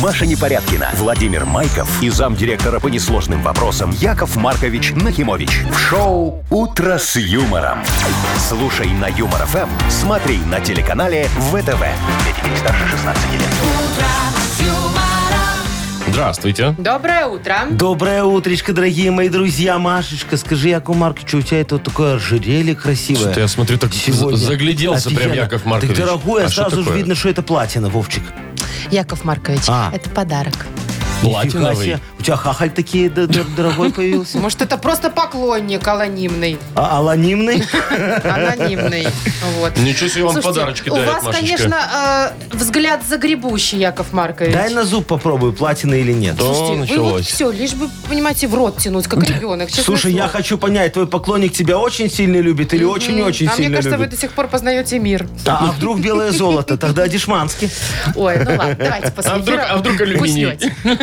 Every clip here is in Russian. Маша Непорядкина, Владимир Майков и замдиректора по несложным вопросам Яков Маркович Нахимович. В шоу «Утро с юмором». Слушай на Юмор ФМ, смотри на телеканале ВТВ. детей старше 16 лет. Здравствуйте. Доброе утро. Доброе утречко, дорогие мои друзья. Машечка, скажи, Яков Маркович, у тебя это вот такое ожерелье красивое. Что-то я смотрю, так Сегодня. з- загляделся прям, Офигенно. Яков Маркович. Так, дорогой, А что сразу же такое? видно, что это платина, Вовчик. Яков Маркович, А. это подарок. Нифига Платиновый. себе. У тебя хахаль такие, д- д- дорогой, появился. Может, это просто поклонник аланимный, А, аланимный? анонимный. Вот. Ничего себе вам подарочки у дарят, вас, Машечка. конечно, э, взгляд загребущий, Яков Маркович. Дай на зуб попробуй, платина или нет. Да. Слушайте, О, вы вот началось. все, лишь бы, понимаете, в рот тянуть, как ребенок. честное Слушай, я слово. хочу понять, твой поклонник тебя очень сильно любит или очень-очень А мне сильно кажется, вы любит? до сих пор познаете мир. А а вдруг белое золото? Тогда дешмански. Ой, ну ладно, давайте после А вдруг, эфира а вдруг алюминий? гуснете.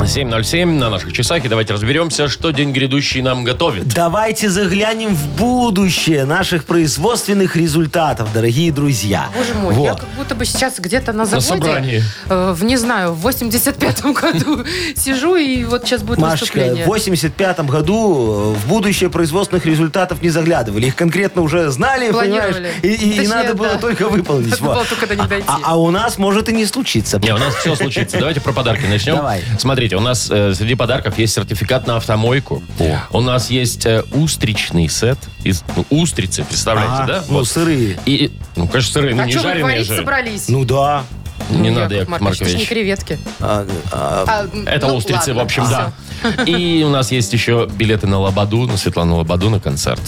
7.07 на наших часах. И давайте разберемся, что день грядущий нам готовит. Давайте заглянем в будущее наших производственных результатов, дорогие друзья. Боже мой, Во. я как будто бы сейчас где-то на заводе, собрании. э, в, не знаю, в 85-м году сижу, и вот сейчас будет Машечка, выступление. в 85 году э, в будущее производственных результатов не заглядывали. Их конкретно уже знали, Планировали. понимаешь? И, и- и Точнее, надо было да. только выполнить. Надо вот. было только до них дойти. А, а у нас может и не случиться. Не, у нас все случится. Давайте про подарки начнем. Давай. Смотрите, у нас э, среди подарков есть сертификат на автомойку. У нас есть э, устричный сет. Из, ну, устрицы, представляете, А, да? Ну, Вот. сырые. И, ну, конечно, сырые, ну, А не что вы Ну, жареные говорить же. собрались? Ну да. Не надо, Яков Это ж не Маркович. креветки. А, а, А, Это ну, устрицы, ладно, в общем, всё. да. И у нас есть еще билеты на Лободу, на Светлану Лободу на концерт.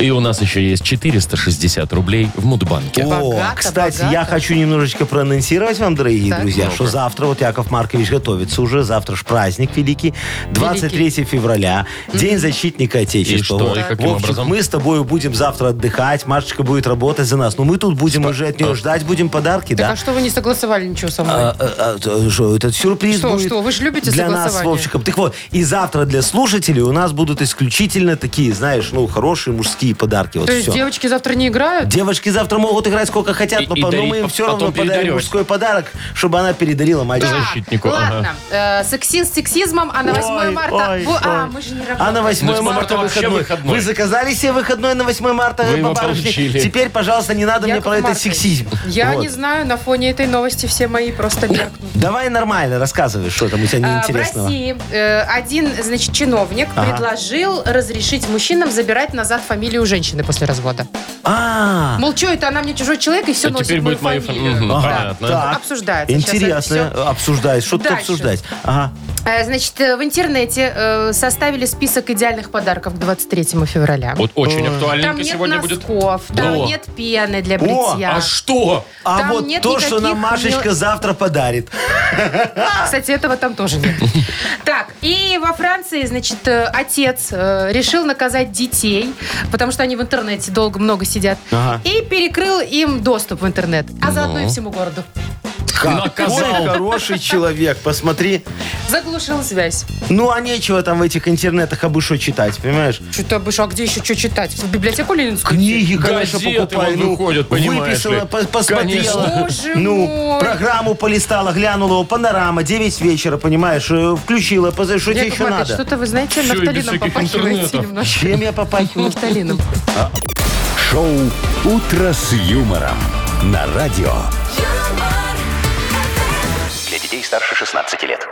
И у нас еще есть 460 рублей в Мудбанке. А О, Богато, кстати, богато. я хочу немножечко проанонсировать вам, дорогие Так. друзья, что завтра, вот Яков Маркович готовится уже, завтра ж праздник великий, 23 февраля, День защитника Отечества. И что, Вот. и каким Вовчик, образом? мы с тобой будем завтра отдыхать, Машечка будет работать за нас, но мы тут будем уже от А нее ждать, будем Так подарки, да? а что вы не согласовали ничего со мной? А, а, а, что, этот сюрприз Что, будет что, вы же любите для нас с согласование. Вовчиком. Так вот, и завтра для слушателей у нас будут исключительно такие, знаешь, ну, хорошие мужские подарки. Вот То есть всё. девочки завтра не играют? Девочки завтра могут играть сколько хотят, И- но, и по- но дарить мы им по- все равно потом подарим передарешь. мужской подарок, чтобы она передарила мальчику. Защитнику. А, Ладно, Э, сексин с сексизмом, а на 8 Ой, марта... ой, Во- а, ой. мы же не А на работаем. 8 Ну, марта, марта вообще выходной. выходной. Вы заказали себе выходной на 8 марта, Вы его бабарышни? получили. Теперь, пожалуйста, не надо мне Яков про этот Маркович, сексизм. Я Вот. не знаю, на фоне этой новости все мои просто меркнут. Давай нормально рассказывай, что там у тебя А, В неинтересного. России э, один, значит, чиновник Ага. предложил разрешить мужчинам забирать назад фамилию женщины после развода. А, Мол, что это, она мне чужой человек, и все А носит теперь мою будет моя фами- фамилию. Мгм, Да. понятно. так. Обсуждается. Сейчас это Интересно, всё. обсуждать. Что тут Дальше. обсуждать? Ага. Э, Значит, э, в интернете э, составили список идеальных подарков к 23 февраля. Вот очень Там актуальненько нет сегодня будет. носков, там О. нет пены для О, бритья. А что? А Там вот нет то, что нам никаких Машечка мел- завтра подарит. Кстати, этого там тоже нет. Так, и во Франции, значит, э, отец э, решил наказать детей, потому что они в интернете долго много сидят, Ага. и перекрыл им доступ в интернет, а заодно и всему городу. Какой Наказал. хороший человек, посмотри. Заглушил связь. Ну, а нечего там в этих интернетах обы что читать, понимаешь? Что-то, Быш, а где еще что читать? В библиотеку Ленинскую? Книги, Газеты конечно, покупай. вон Ну, выходят, понимаешь выписала, ли. по- посмотрела. Конечно. Боже Ну, мой. программу полистала, глянула, панорама, 9 вечера, понимаешь, э, включила, поза- что тебе Яков еще Маркович, надо? что-то вы знаете, Всё, и без нафталином всяких попахиваете интернетов. немножко. Чем я попахиваю? Нафталином. Шоу «Утро с юмором» на радио. Для детей старше 16 лет.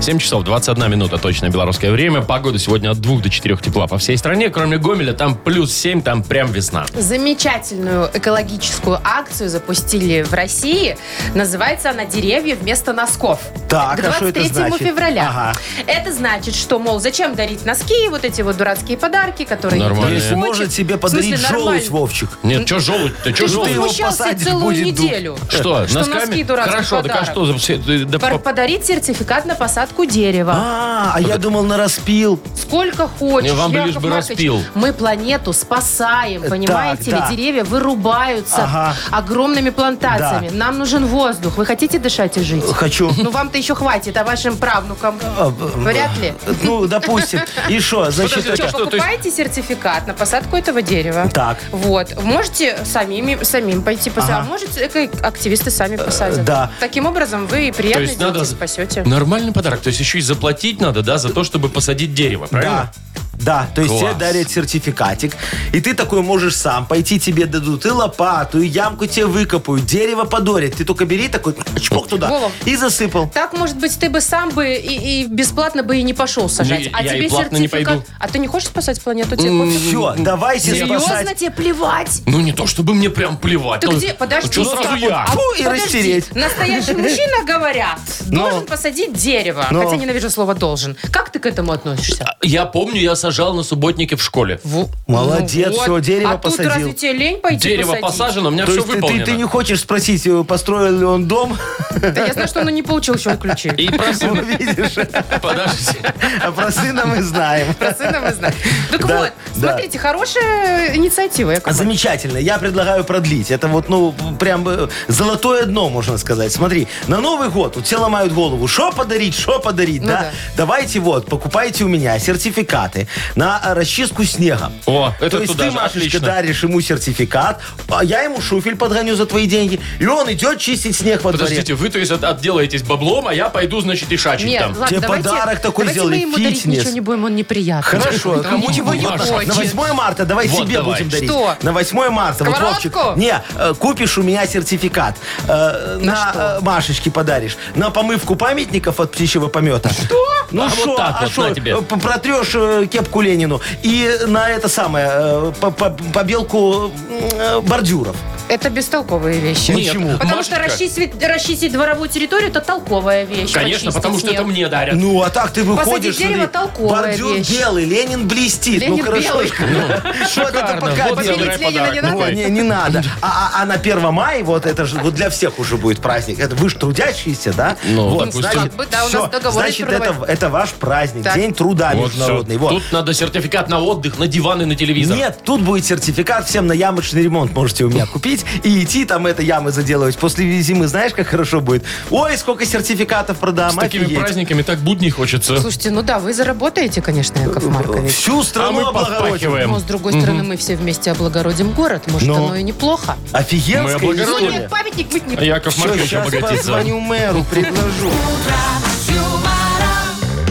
7 часов 21 минута, точное белорусское время. Погода сегодня от 2 до 4 тепла по всей стране. Кроме Гомеля, там плюс 7, там прям весна. Замечательную экологическую акцию запустили в России. Называется она «Деревья вместо носков». Так, К а что это 23 значит? февраля. Ага. Это значит, что, мол, зачем дарить носки и вот эти вот дурацкие подарки, которые никто не Нормально. Если хочет. может тебе В смысле, подарить желудь, нормально? Вовчик. Нет, что желудь-то, Ты что ж желудь? его возмущался посадишь, целую будет дуть. неделю. Что, Что носками? носки дурацкий Хорошо, так а подарок. что за все... да Пар- по- Подарить сертификат на посадку дерева. А, а я думал на распил. Сколько хочешь. Не, вам бы Яков лишь бы Маркович, распил. Мы планету спасаем, понимаете да. ли? Деревья вырубаются Ага. огромными плантациями. Да. Нам нужен воздух. Вы хотите дышать и жить? Э, Хочу. Ну, вам-то еще хватит, а вашим правнукам Э, вряд ли. Ну, допустим. И что, значит... Подожди, это- а что, Что, то есть- покупаете сертификат на посадку этого дерева? Так. Вот. Можете самими, самим пойти посадить. Ага. А можете, активисты сами посадят. да. Таким образом, вы и Э, То приятно есть делаете, надо... спасете. Нормальный подарок. То есть еще и заплатить надо, да, за то, чтобы посадить дерево, правильно? Да. Да, то есть Класс. тебе дарят сертификатик, и ты такой можешь сам пойти, тебе дадут и лопату, и ямку тебе выкопают, дерево подарят. Ты только бери такой чпок туда Вова. и засыпал. Так, может быть, ты бы сам бы и, и бесплатно бы и не пошел сажать. Не, а я и тебе платно не сертификат. пойду. А ты не хочешь спасать планету? Тебе пофиг? Все, давайте Серьезно, спасать. тебе плевать? Ну не то, чтобы мне прям плевать. Ты Ну, где? Подожди. а Чё сразу так я? вот, Фу, и подожди. растереть. Настоящий мужчина, говорят, Но. должен посадить дерево. Но. Хотя ненавижу слово «должен». Как ты к этому относишься? А, Я помню, я сажал на субботнике в школе. Во- Молодец, вот. всё, дерево а посадил. тут разве тебе лень пойти Дерево посадить? посажено, у меня То все есть ты- ты, выполнено. ты не хочешь спросить, э, построил ли он дом? Да я знаю, что оно не получил еще ключи. И про сына, Видишь? подожди. А про сына мы знаем. Про сына вы знаете. Так Да, вот, да. смотрите, хорошая инициатива. Яков Маркович. А Замечательно. Я предлагаю продлить. Это вот, ну, прям э, золотое дно, можно сказать. Смотри, на Новый год вот все ломают голову. Что подарить, что подарить, Ну да? да. Давайте вот, покупайте у меня сертификаты на э, расчистку снега. О, это То есть туда ты, же, Машечка, отлично. даришь ему сертификат, а я ему шуфель подгоню за твои деньги, и он идет чистить снег во дворе. Подождите, вы, то есть, от- отделаетесь баблом, а я пойду, значит, и шачить Нет, там. ладно, Тебе давайте, подарок такой давайте сделали, мы ему дарить фитнес. ничего не будем, он неприятный. Хорошо, Кому ничего не не хочешь. хочет. На 8 марта давай Вот себе давай. будем дарить. Что? На 8 марта. Вот, Сковородку? Вовчик, не, э, купишь у меня сертификат. Э, на что? э, Машечке подаришь. На помывку памятников от птичьего помета. Что? Ну А вот шо, так а вот, шо, на тебе. э, п- Протрешь э, кепку Ленину и на это самое, э, по- по- побелку э, бордюров. Это бестолковые вещи. Нет, Почему? Потому что Машечка, расчистить, расчистить дворовую территорию это толковая вещь. Конечно, Почистить потому что снег. это мне дарят. Ну, а так ты выходишь, дерево смотри, толковая бордюр вещь. белый, Ленин блестит. Ленин ну, хорошо. белый. Вот это Шикарно. пока Вот я делаешь. Победить выбираю Ленина не подарок. надо? Ой. Не, не надо. А, а- а на 1 мая, вот это же вот для всех уже будет праздник. Это вы же трудящиеся, да? Ну, вот, допустим. значит, Как бы, да, у нас всё, договор есть значит это, трудовой. это ваш праздник, Так. День труда Вот международный. всё. Вот. Тут надо сертификат на отдых, на диван и на телевизор. Нет, тут будет сертификат всем на ямочный ремонт можете у меня купить и идти там это ямы заделывать. После зимы знаешь, как хорошо будет? Ой, сколько сертификатов продам, С такими офигеть. праздниками так будней хочется. Слушайте, ну да, вы заработаете, конечно, Яков Э, Маркович. Всю А страну мы ну, облагородим. Но, с подпахиваем. другой стороны, мы все вместе облагородим город. Может, Ну. оно и неплохо. Мы Офигенская облагородим. история. Нет, памятник мыть не А Яков Всё, Маркович щас обогатится. позвоню мэру, предложу.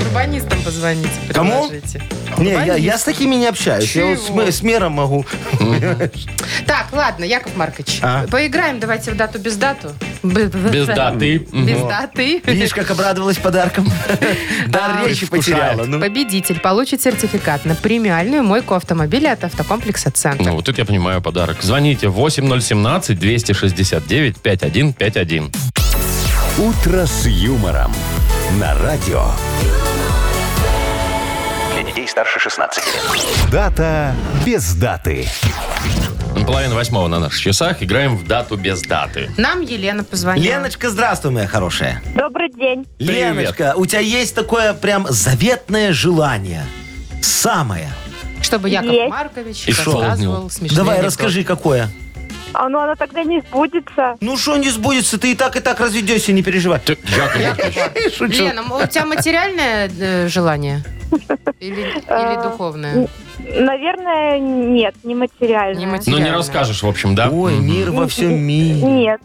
Урбанистам позвоните, Кому? предложите. Не, я, Урбанист. я с такими не общаюсь. Я вот с, Ну, Чего? мэ- с мэром могу. Так, ладно, Яков Маркович, А? поиграем давайте в дату без дату. Б- б- Без б- даты. Без Мгм. даты. Видишь, как обрадовалась подарком. Дар речи Предвкушает. потеряла. ну. Победитель получит сертификат на премиальную мойку автомобиля от автокомплекса «Центр». Ну, вот это я понимаю подарок. Звоните 8017-269-5151. «Утро с юмором» на радио. Для детей старше 16 лет. Дата без даты. Половина восьмого на наших часах. Играем в дату без даты. Нам Елена позвонила. Леночка, здравствуй, моя хорошая. Добрый день. Привет. Леночка, у тебя есть такое прям заветное желание? Самое. Чтобы Яков Есть. Маркович И шо? рассказывал смешные Давай, анекдоты. расскажи, какое. А ну она тогда не сбудется. Ну что не сбудется, ты и так, и так разведешься, не переживай. Ты- Яков Маркович, Яков Маркович. Шучу. Лена, м- у тебя материальное э, желание? Или, или Э, духовное? Наверное, нет, не материально. Не ну материально. не расскажешь, в общем, да? Ой, мир во всем мире. Нет.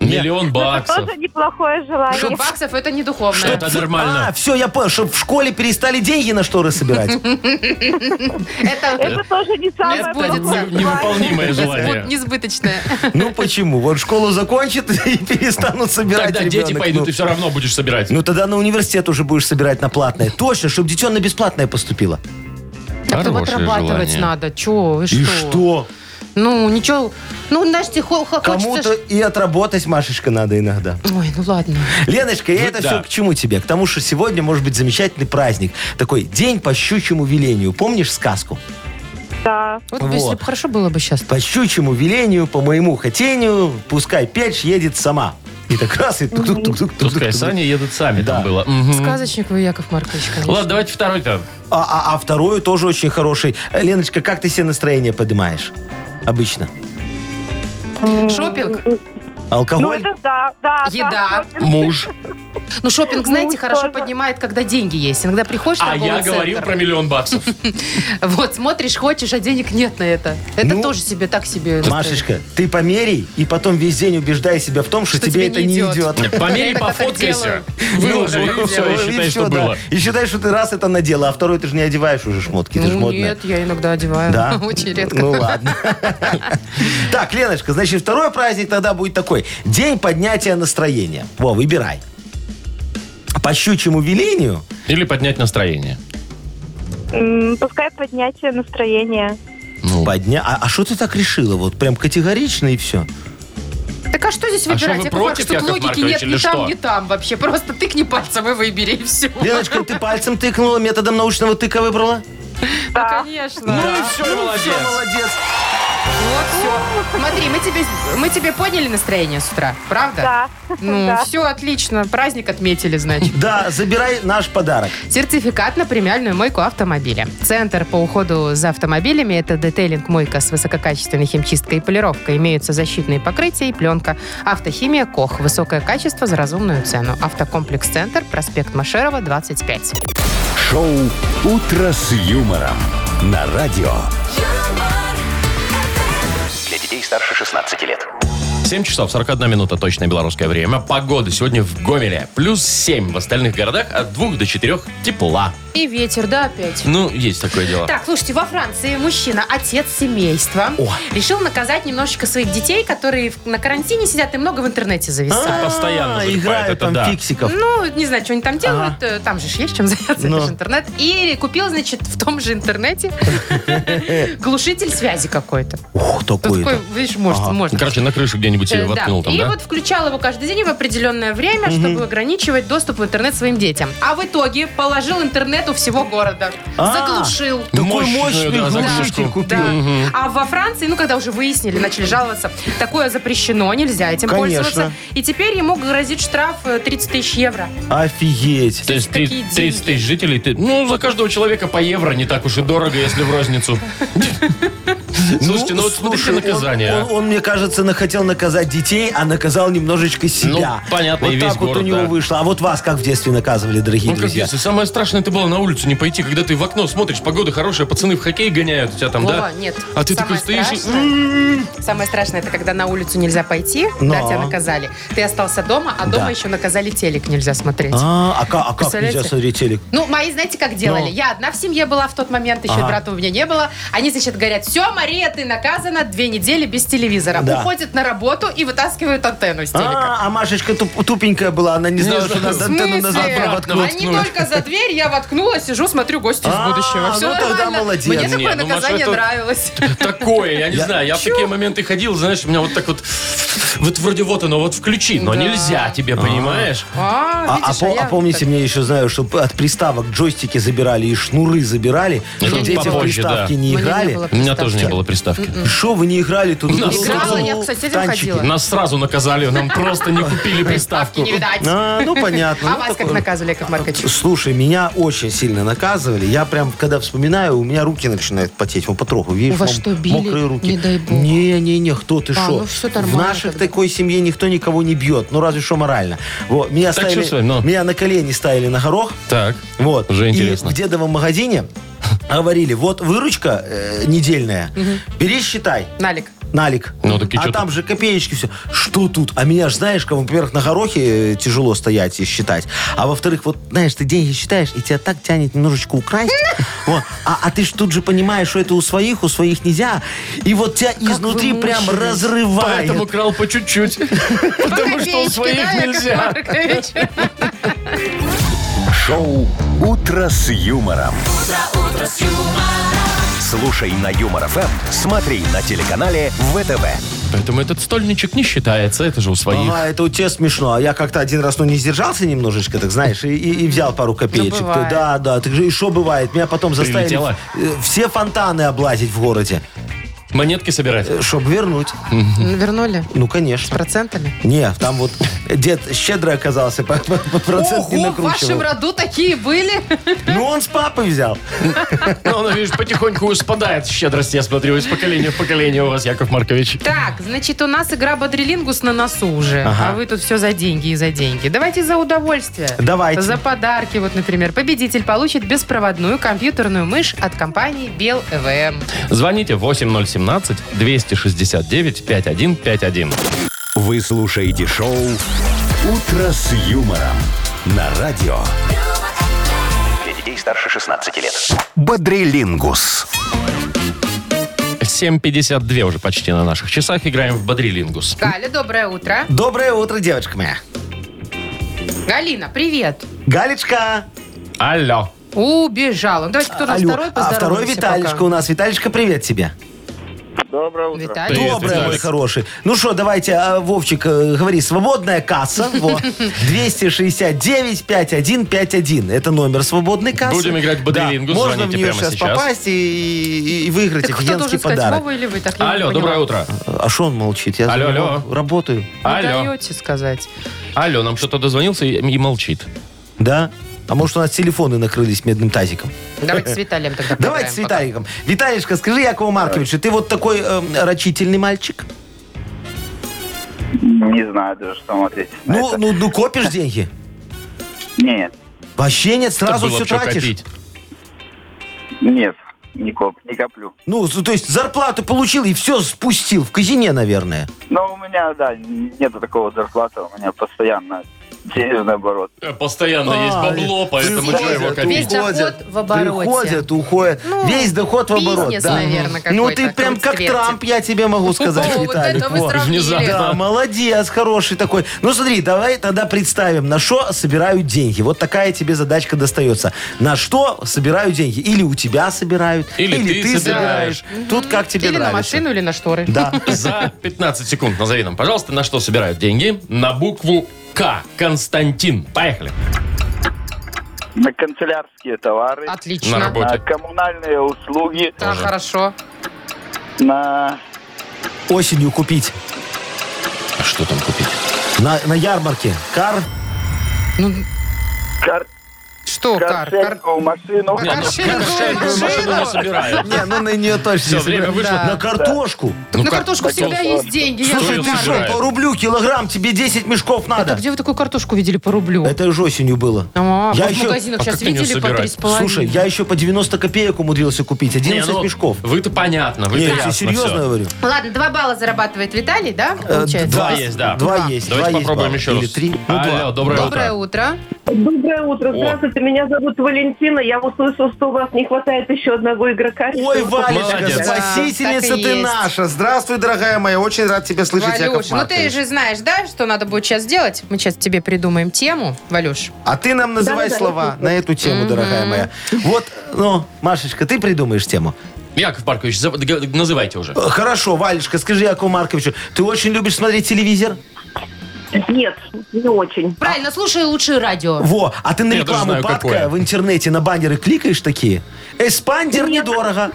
Миллион баксов. Ну, Тоже неплохое желание. Миллион баксов А это не духовное. Это нормально. А, все, я понял, чтобы в школе перестали деньги на шторы собирать. Это Это тоже не самое сбудется. плохое Не- желание. Невыполнимое а, вот желание. несбыточное. Ну почему? Вот школу закончат и перестанут собирать Тогда дети ребенок. пойдут, Ну, и все равно будешь собирать. Ну тогда на университет уже будешь собирать на платное. Точно, чтобы дитё на бесплатное поступило. Так его отрабатывать надо. Че, вы что? Ну, ничего. Ну, знаешь, тебе хо- хо- хочется... Кому-то ж- и отработать, Машечка, надо иногда. Ой, ну ладно. Леночка, я Ну, это да. все к чему тебе? К тому, что сегодня может быть замечательный праздник. Такой день по щучьему велению. Помнишь сказку? Да. Вот, бы, если Вот. бы хорошо было бы сейчас. По щучьему велению, по моему хотению, пускай печь едет сама. И так раз, и тук-тук-тук-тук. Пускай сани едут сами, там было. Мгм. Сказочник вы, Яков Маркович, конечно. Ладно, давайте второй-то. А, а, а второй тоже очень хороший. Э, Леночка, как ты себе настроение поднимаешь? Обычно. Шопинг? Ну, Алкоголь? это да, да. да, Еда. шопинг. Муж. Ну, шопинг, знаете, Ну, хорошо тоже. поднимает, когда деньги есть. Иногда приходишь в А я торговый центр, говорил про миллион баксов. Вот, смотришь, хочешь, а денег нет на это. Это Ну, тоже себе так себе. настроение. Машечка, ты померяй и потом весь день убеждай себя в том, что, Что тебе тебе, это не не идет. идет. Померяй, Я так пофоткайся. Ну, Выложи, и вот, все, и и считай, всё, что да. было. И считай, что ты раз это надела, а второй ты же не одеваешь уже шмотки, ты же Ну, модная. нет, я иногда одеваю. Да? Очень редко. Ну ладно. Так, Леночка, значит, второй праздник тогда будет такой. День поднятия настроения. Во, выбирай. По щучьему велению Или поднять настроение. М, Пускай поднятие настроения. Ну, подня... А а что ты так решила? Вот прям категорично и все. Так а что здесь А что, выбирать? вы Яков против, Маркович, тут Яков логики Маркович, нет или ни что? там, ни там вообще. Просто тыкни пальцем и выбери, и все. Леночка, ты пальцем тыкнула, методом научного тыка выбрала? Ну, конечно. и все, Все, молодец. Вот все. Смотри, мы тебе, мы тебе подняли настроение с утра, правда? Да. Ну, да. все отлично. Праздник отметили, значит. Да, забирай наш подарок. Сертификат на премиальную мойку автомобиля. Центр по уходу за автомобилями – это детейлинг-мойка с высококачественной химчисткой и полировкой. Имеются защитные покрытия и пленка. Автохимия КОХ. Высокое качество за разумную цену. Автокомплекс-центр, проспект Машерова, 25. Шоу «Утро с юмором» на радио. Для детей старше 16 лет. 7 часов 41 минута точное белорусское время. Погода сегодня в Гомеле. Плюс 7 в остальных городах от 2 до 4 тепла. И ветер, да, опять? Ну, есть такое дело. Так, слушайте, во Франции мужчина, отец семейства, О. решил наказать немножечко своих детей, которые в- на карантине сидят и много в интернете зависают. Постоянно А, залипает, играют это там да. фиксиков. Ну, не знаю, что они там делают. э, Там же ж есть чем заняться, Ну. это же интернет. И купил, значит, в том же интернете глушитель связи какой-то. Ух, Ну, Такой, такой. видишь, может, Ага. можно. Короче, на крыше где-нибудь себе Э, да. воткнул там, И да? вот включал его каждый день в определенное время, чтобы ограничивать доступ в интернет своим детям. А в итоге положил интернету всего города. А. Заглушил. Такой Мощную, да, мощный глушитель заглушку. купил. Да. А во Франции, ну, когда уже выяснили, начали жаловаться, такое запрещено, нельзя этим Конечно. пользоваться. И теперь ему грозит штраф э, 30 тысяч евро. Офигеть. То есть ты- такие деньги. 30 тысяч жителей, ты, ну, за каждого человека по евро не так уж и дорого, если в розницу. Слушайте, ну вот смотрите слушай, наказание. Он, а. он- он, мне кажется, на- хотел наказать детей, а наказал немножечко себя. Ну, понятно, вот и весь так вот город, у него да. вышло. А вот вас как в детстве наказывали, дорогие Ну, как друзья? если самое страшное это было на улицу не пойти, когда ты в окно смотришь, погода хорошая, пацаны в хоккей гоняют, у тебя там, да? Вова, нет. А ты Самое такой стоишь и... страшное- Самое страшное, это когда на улицу нельзя пойти, «М-м-м». Но. да, тебя наказали. Ты остался дома, а дома еще наказали телек нельзя смотреть. А, а ка- а как Представляете? нельзя смотреть телек? Ну, мои, знаете, как делали? Ну. Я одна в семье была в тот момент, еще Ага. брата у меня не было. Они, значит, говорят, все, Мария, ты наказана две недели без телевизора. Да. Уходят на работу и вытаскивают антенну из телека. А, а Машечка туп- тупенькая была, она не знала, Не что знала. надо В смысле? антенну назад прям воткнуть. Они ну. только за дверь, я воткнула, сижу, смотрю гости из А, будущего. Все ну тогда молодец. Мне Не, ну, такое Маша, наказание это- нравилось. Такое, я не Я- знаю. Я в такие моменты ходил, знаешь, у меня вот так вот... Вот вроде вот оно, вот включи, но Да. нельзя тебе, понимаешь? А, А, а видишь, по- я а помните, так. мне еще знаю, что п- от приставок джойстики забирали и шнуры забирали, Ну, что это дети в попозже, приставки да. не Мне не играли. было У меня приставки. М-м. тоже не было приставки. Что вы не играли тут? Ну, Ну, Играла, я к соседям ходила. Нас сразу наказали, нам просто не купили приставку. Ставки не видать. А, ну понятно. А Ну, вас как такое. наказывали, Яков Маркович? Слушай, меня очень сильно наказывали. Я прям, когда вспоминаю, у меня руки начинают потеть. Вот потрогаю, видишь, У вас мам, что, били? мокрые руки. Не дай бог. Не-не-не, кто ты А, шо? ну всё В нормально наших тогда. такой семье никто никого не бьет. Ну, разве что морально. Вот, меня, Так, ставили, чувствуй, ну. меня на колени ставили на горох. Так, Вот. Уже И интересно. в дедовом магазине говорили, вот выручка э, недельная, пересчитай. Налик. Налик. Ну, так и а чё там же копеечки все. Что тут? А меня ж знаешь, как, во-первых, на горохе э, тяжело стоять и считать. А во-вторых, вот, знаешь, ты деньги считаешь, и тебя так тянет немножечко украсть. Вот. А, а ты ж тут же понимаешь, что это у своих, у своих нельзя. И вот тебя изнутри вы прям мучились. разрывает. поэтому крал по чуть-чуть. Потому что у Копеечки, да, своих Яков нельзя. Маркович? Шоу «Утро с юмором». Слушай на Юмор ФМ, смотри на телеканале ВТВ. Поэтому этот стольничек не считается, это же у своих. Ага, это у тебя смешно. А я как-то один раз, ну, не сдержался немножечко, так знаешь, и, и- и взял пару копеечек. Ну, бывает. да, да. Так же, и что бывает? Меня потом заставили Прилетело? э, все фонтаны облазить в городе. Монетки собирать. Чтобы вернуть. Ну, Вернули? Ну, С конечно. процентами? Не, там вот дед щедрый оказался, по, по- по процент не Ого, в вашем накручивал. роду такие были? Ну, он с папы взял. Ну, он, видишь, потихоньку успадает щедрость, я смотрю, из поколения в поколение у вас, Яков Маркович. Так, значит, у нас игра Бодрилингус на носу уже. Ага. А вы тут все за деньги и за деньги. Давайте за удовольствие. Давайте. За подарки. Вот, например, победитель получит беспроводную компьютерную мышь от компании Бел ЭВМ. Звоните 8017-269-5151. Вы слушаете шоу «Утро с юмором» на радио Для детей старше 16 лет. «Бодрилингус». 7.52 уже почти на наших часах. Играем в Бодрилингус. Галя, доброе утро. Доброе утро, девочка моя. Галина, привет. Галечка. Алло. Убежала. Ну, давайте кто нас Алло. второй а второй поздороваемся Виталичка пока. у нас. Виталичка, привет тебе. Виталий. Привет, Доброе, мой Виталик. хороший. Ну что, давайте, а, Вовчик, э, говори, свободная касса. Вот. 269-5151. Это номер свободной кассы. Будем играть в Бодрилингус, Да, Можно в звоните нее прямо сейчас сейчас. попасть и, и- и выиграть Так кто офигенский должен сказать, подарок. Вова или вы? Так я не Алло, поняла. доброе утро. А что он молчит? Я Алло, за него алло. работаю. Вы Алло. даете сказать. Алло, нам кто-то дозвонился и, и молчит. Да? А может, у нас телефоны накрылись медным тазиком? Давайте с Виталием тогда Давайте с поиграем пока. Виталиком. Виталишка, скажи Якову Марковичу, ты вот такой эм, рачительный мальчик? Не знаю даже, что вам ответить. на Ну, это. ну, ну, копишь деньги? Нет, Вообще нет, сразу Чтобы было все чё тратишь. копить. нет, не, коп, не коплю. Ну, з- то есть зарплату получил и все спустил в казине, наверное. Но у меня, да, нету такого зарплаты, у меня постоянно денежный оборот. Э, Постоянно есть А, бабло, поэтому приходят, чё его Весь копить. доход в обороте. Приходят, уходят. Ну, Весь доход в оборот. бизнес, да. наверное, Ну, какой-то, ты прям как кругосветик. Трамп, я тебе могу сказать, О, вот Виталик. это вы Вот. сравнили. внезапно. Да, молодец, хороший такой. Ну, смотри, давай тогда представим, на что собирают деньги. Вот такая тебе задачка достается. На что собирают деньги? Или у тебя собирают, Или ты собираешь. Тут как тебе Или на нравится. машину, или на шторы. Да. За 15 секунд назови нам, пожалуйста, на что собирают деньги. На букву К. Константин. Поехали. На канцелярские товары, Отлично. На работу. на коммунальные услуги, Так, хорошо. на... Осенью купить А Что там купить? на, на ярмарке. Кар. Ну, Кар... что, Ну, Кар? Кар- каршеринговую машину. Кар- Ну, Каршеринговую Каршеринговую машину не машину. собирают. Не, ну на нее точно. Всё, не время собирают. вышло. На картошку. Ну, на как- картошку всегда есть деньги. я её Слушай, ты что, собирает? по рублю килограмм, тебе 10 мешков Да надо. где вы такую картошку видели по рублю? Это же осенью было. А, я вы в еще- магазинах А сейчас как её видели по три собирать? с половиной. Слушай, я еще по 90 копеек умудрился купить. Не, 11 ну, мешков. Вы-то понятно, вы-то Не, я ясно тебе серьезно всё. говорю. Ладно, два балла зарабатывает Виталий, да, Э, получается? два. есть, да. Два есть. Давайте два есть попробуем балла. еще раз. Или три. Ну, Алло, два. доброе, Доброе утро. утро. Доброе утро. Здравствуйте, Здравствуйте. Меня зовут Валентина. Я услышала, что у вас не хватает еще одного игрока. Ой, Валечка, Молодец. спасительница Да, так и ты есть. наша. Здравствуй, дорогая моя. Очень рад тебя слышать, Валюш, Яков ну ты Маркович. же знаешь, да, что надо будет сейчас делать? Мы сейчас тебе придумаем тему, Валюш. А ты нам называй Да-да-да, я слова слушаю. на эту тему, дорогая моя. Вот, ну, Машечка, ты придумаешь тему. Яков Маркович, за- г- называйте уже. Э, Хорошо, Валечка, скажи Якову Марковичу, ты очень любишь смотреть телевизор? Нет, не очень. Правильно, слушай лучше радио. Во, а ты Я на даже рекламу знаю, падкая какое. в интернете на баннеры кликаешь такие? Эспандер недорого.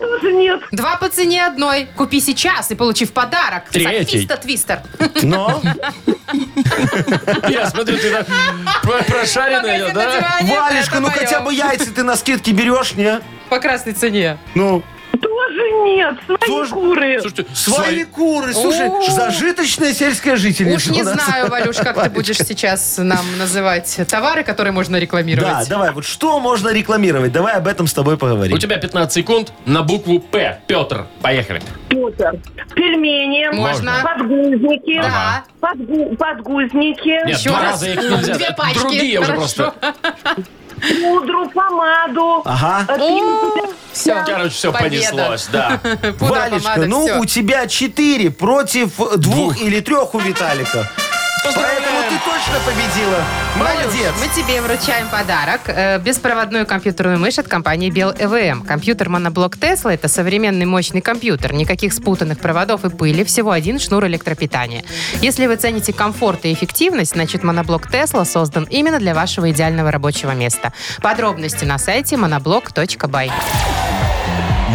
Тоже нет. Два по цене одной. Купи сейчас и получи в подарок. Третий. Софиста Твистер. Но, Я смотрю, ты так про- прошаренная, Магазин на да? диване, Валечка, это ну моё. хотя бы яйца ты на скидке берешь, не? По красной цене. Ну, Тоже нет. Свои Тоже- куры. Слушайте, свои свои- куры, слушай, О. зажиточная сельская Уж жительница не у нас. знаю, Валюш, как ты Валечка. будешь сейчас нам называть товары, которые можно Да, рекламировать. давай, вот что можно рекламировать? Давай об этом с тобой поговорим. У тебя 15 секунд на букву П. Петр, поехали. Петр. Пельмени. Можно. Подгузники. Ага. Подгу- подгузники. Нет, Еще два раз. раза их нельзя. Две пачки. Другие уже Хорошо. просто. пудру, помаду. Ага. э, пин- Все. Короче, все понеслось, да. Валечка, ну у тебя 4 против э, двух или трех у Виталика. Поэтому ты точно победила. Молодец. Мы тебе вручаем подарок. э, беспроводную компьютерную мышь от компании Бел ЭВМ. Компьютер моноблок Тесла это современный мощный компьютер. Никаких спутанных проводов и пыли, всего один шнур электропитания. Если вы цените комфорт и эффективность, значит моноблок Тесла создан именно для вашего идеального рабочего места. Подробности на сайте monoblock.by.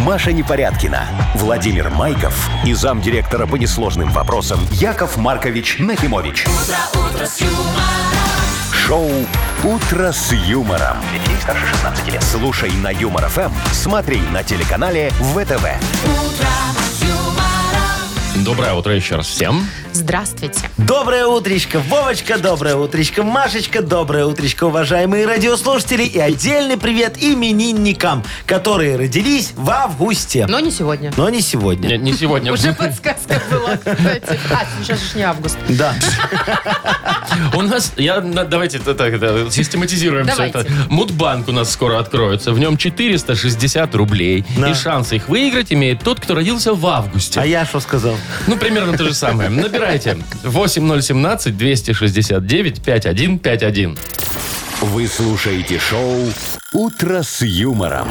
Маша Непорядкина, Владимир Майков и замдиректора по несложным вопросам Яков Маркович Нахимович. Шоу Утро с юмором. Для детей старше 16 лет. Слушай на юмор ФМ, смотри на телеканале ВТВ. Доброе утро еще раз всем. Здравствуйте. Доброе утречко, Вовочка, доброе утречко, Машечка, доброе утречко, уважаемые радиослушатели. И отдельный привет именинникам, которые родились в августе. Но не сегодня. Но не сегодня. Не, не сегодня. Уже подсказка была, кстати. А, сейчас же не август. Да. У нас, я, на- давайте это так, это, систематизируем все Давайте. это. Мудбанк у нас скоро откроется. В нем 460 рублей. Да. И шанс их выиграть имеет тот, кто родился в августе. А я что сказал? Ну, примерно то же самое. Набирайте. 8017-269-5151. Вы слушаете шоу Утро с юмором.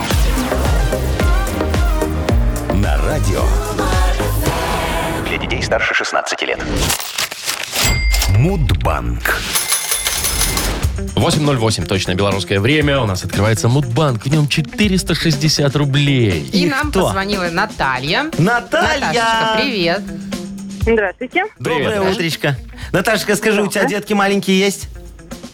На радио Для детей старше 16 лет. Мудбанк. 8.08, точно белорусское время. У нас открывается Мудбанк. В нем 460 рублей. И И нам кто? позвонила Наталья. Наташечка, Наталья! привет. Здравствуйте. Доброе Привет. утречко. Наташка, скажи, у тебя детки маленькие есть?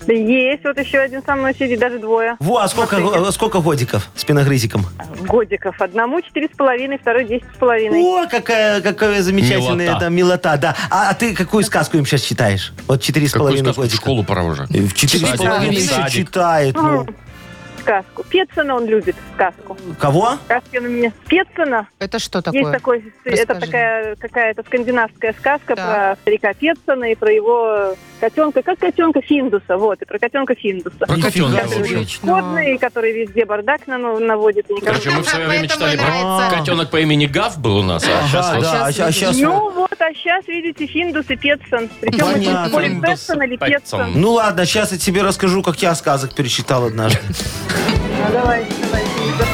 Есть, вот еще один со мной сидит, даже двое. Во, а сколько, э, сколько годиков спиногрызиком? Годиков. Одному четыре с половиной, второй десять с половиной. О, какая, какая замечательная Милота. милота. милота, да. А, а ты какую сказку им сейчас читаешь? Вот четыре с Какую половиной сказку в годика. школу пора уже? Э, В четыре с Садик. половиной Садик. еще читает. ну. Сказку. Петсона он любит, сказку. Кого? Сказки он у меня. Петсона. Это что Есть такое? такой, это Расскажи. такая какая-то скандинавская сказка Так. про старика Петсона и про его котенка, как котенка Финдуса, вот, и про котенка Финдуса. Про котенка, в Который общем. бесплодный, который везде бардак на- наводит. и никому- Короче, Ну, мы в свое время Поэтому и читали нравится. про котенок по имени Гав был у нас, а сейчас Да, вот да, а щас сейчас... Ну вот, а сейчас, видите, Финдус и Петсон. Причем это Понятно. не Полин Финдус и Петсон или Петсон. Петсон. Ну ладно, сейчас я тебе расскажу, как я сказок перечитал однажды. Ну, давай, давай, Финдус.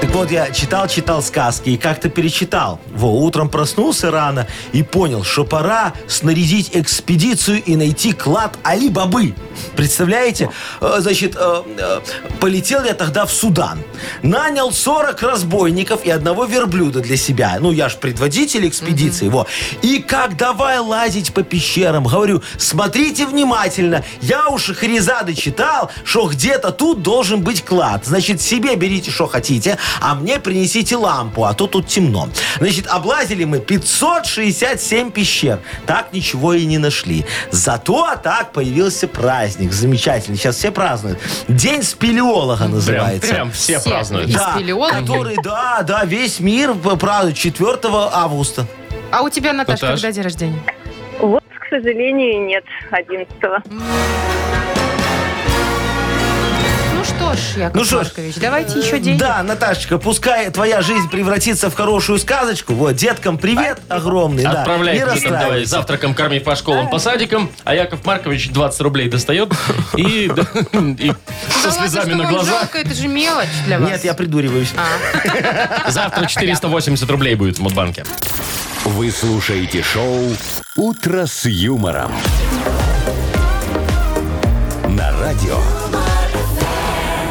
Так вот, я читал-читал сказки и как-то перечитал. Во, утром проснулся рано и понял, что пора снарядить экспедицию и найти клад Али-Бабы. Представляете? Э, Значит, э, э, полетел я тогда в Судан. Нанял 40 разбойников и одного верблюда для себя. Ну, я ж предводитель экспедиции. Во. И как давай лазить по пещерам. Говорю, смотрите внимательно. Я у Шахрезады читал, что где-то тут должен быть клад. Значит, себе берите, что хотите, а мне принесите лампу, а то тут темно. Значит, облазили мы 567 пещер. Так ничего и не нашли. Зато так появился праздник. Замечательный. Сейчас все празднуют. День спелеолога прям, называется. прям все Все. празднуют. И спелеологи. который, да, да, весь мир п- празднует 4 августа. А у тебя, Наташа, Наташ. когда день рождения? Вот, к сожалению, нет 11-го. Ну что ж, Яков Ну что ж. Маркович, давайте еще день. Да, Наташечка, пускай твоя жизнь превратится в хорошую сказочку. Вот, деткам привет огромный. да. Отправляй Не детям, давай, расстраивайся. завтраком корми по школам, по садикам, а Яков Маркович 20 рублей достает и, и со Да ладно, слезами что на вам глазах. жалко, это же мелочь для вас. Нет, я придуриваюсь. Завтра 480 рублей будет в Мудбанке. Вы слушаете шоу Утро с юмором. На радио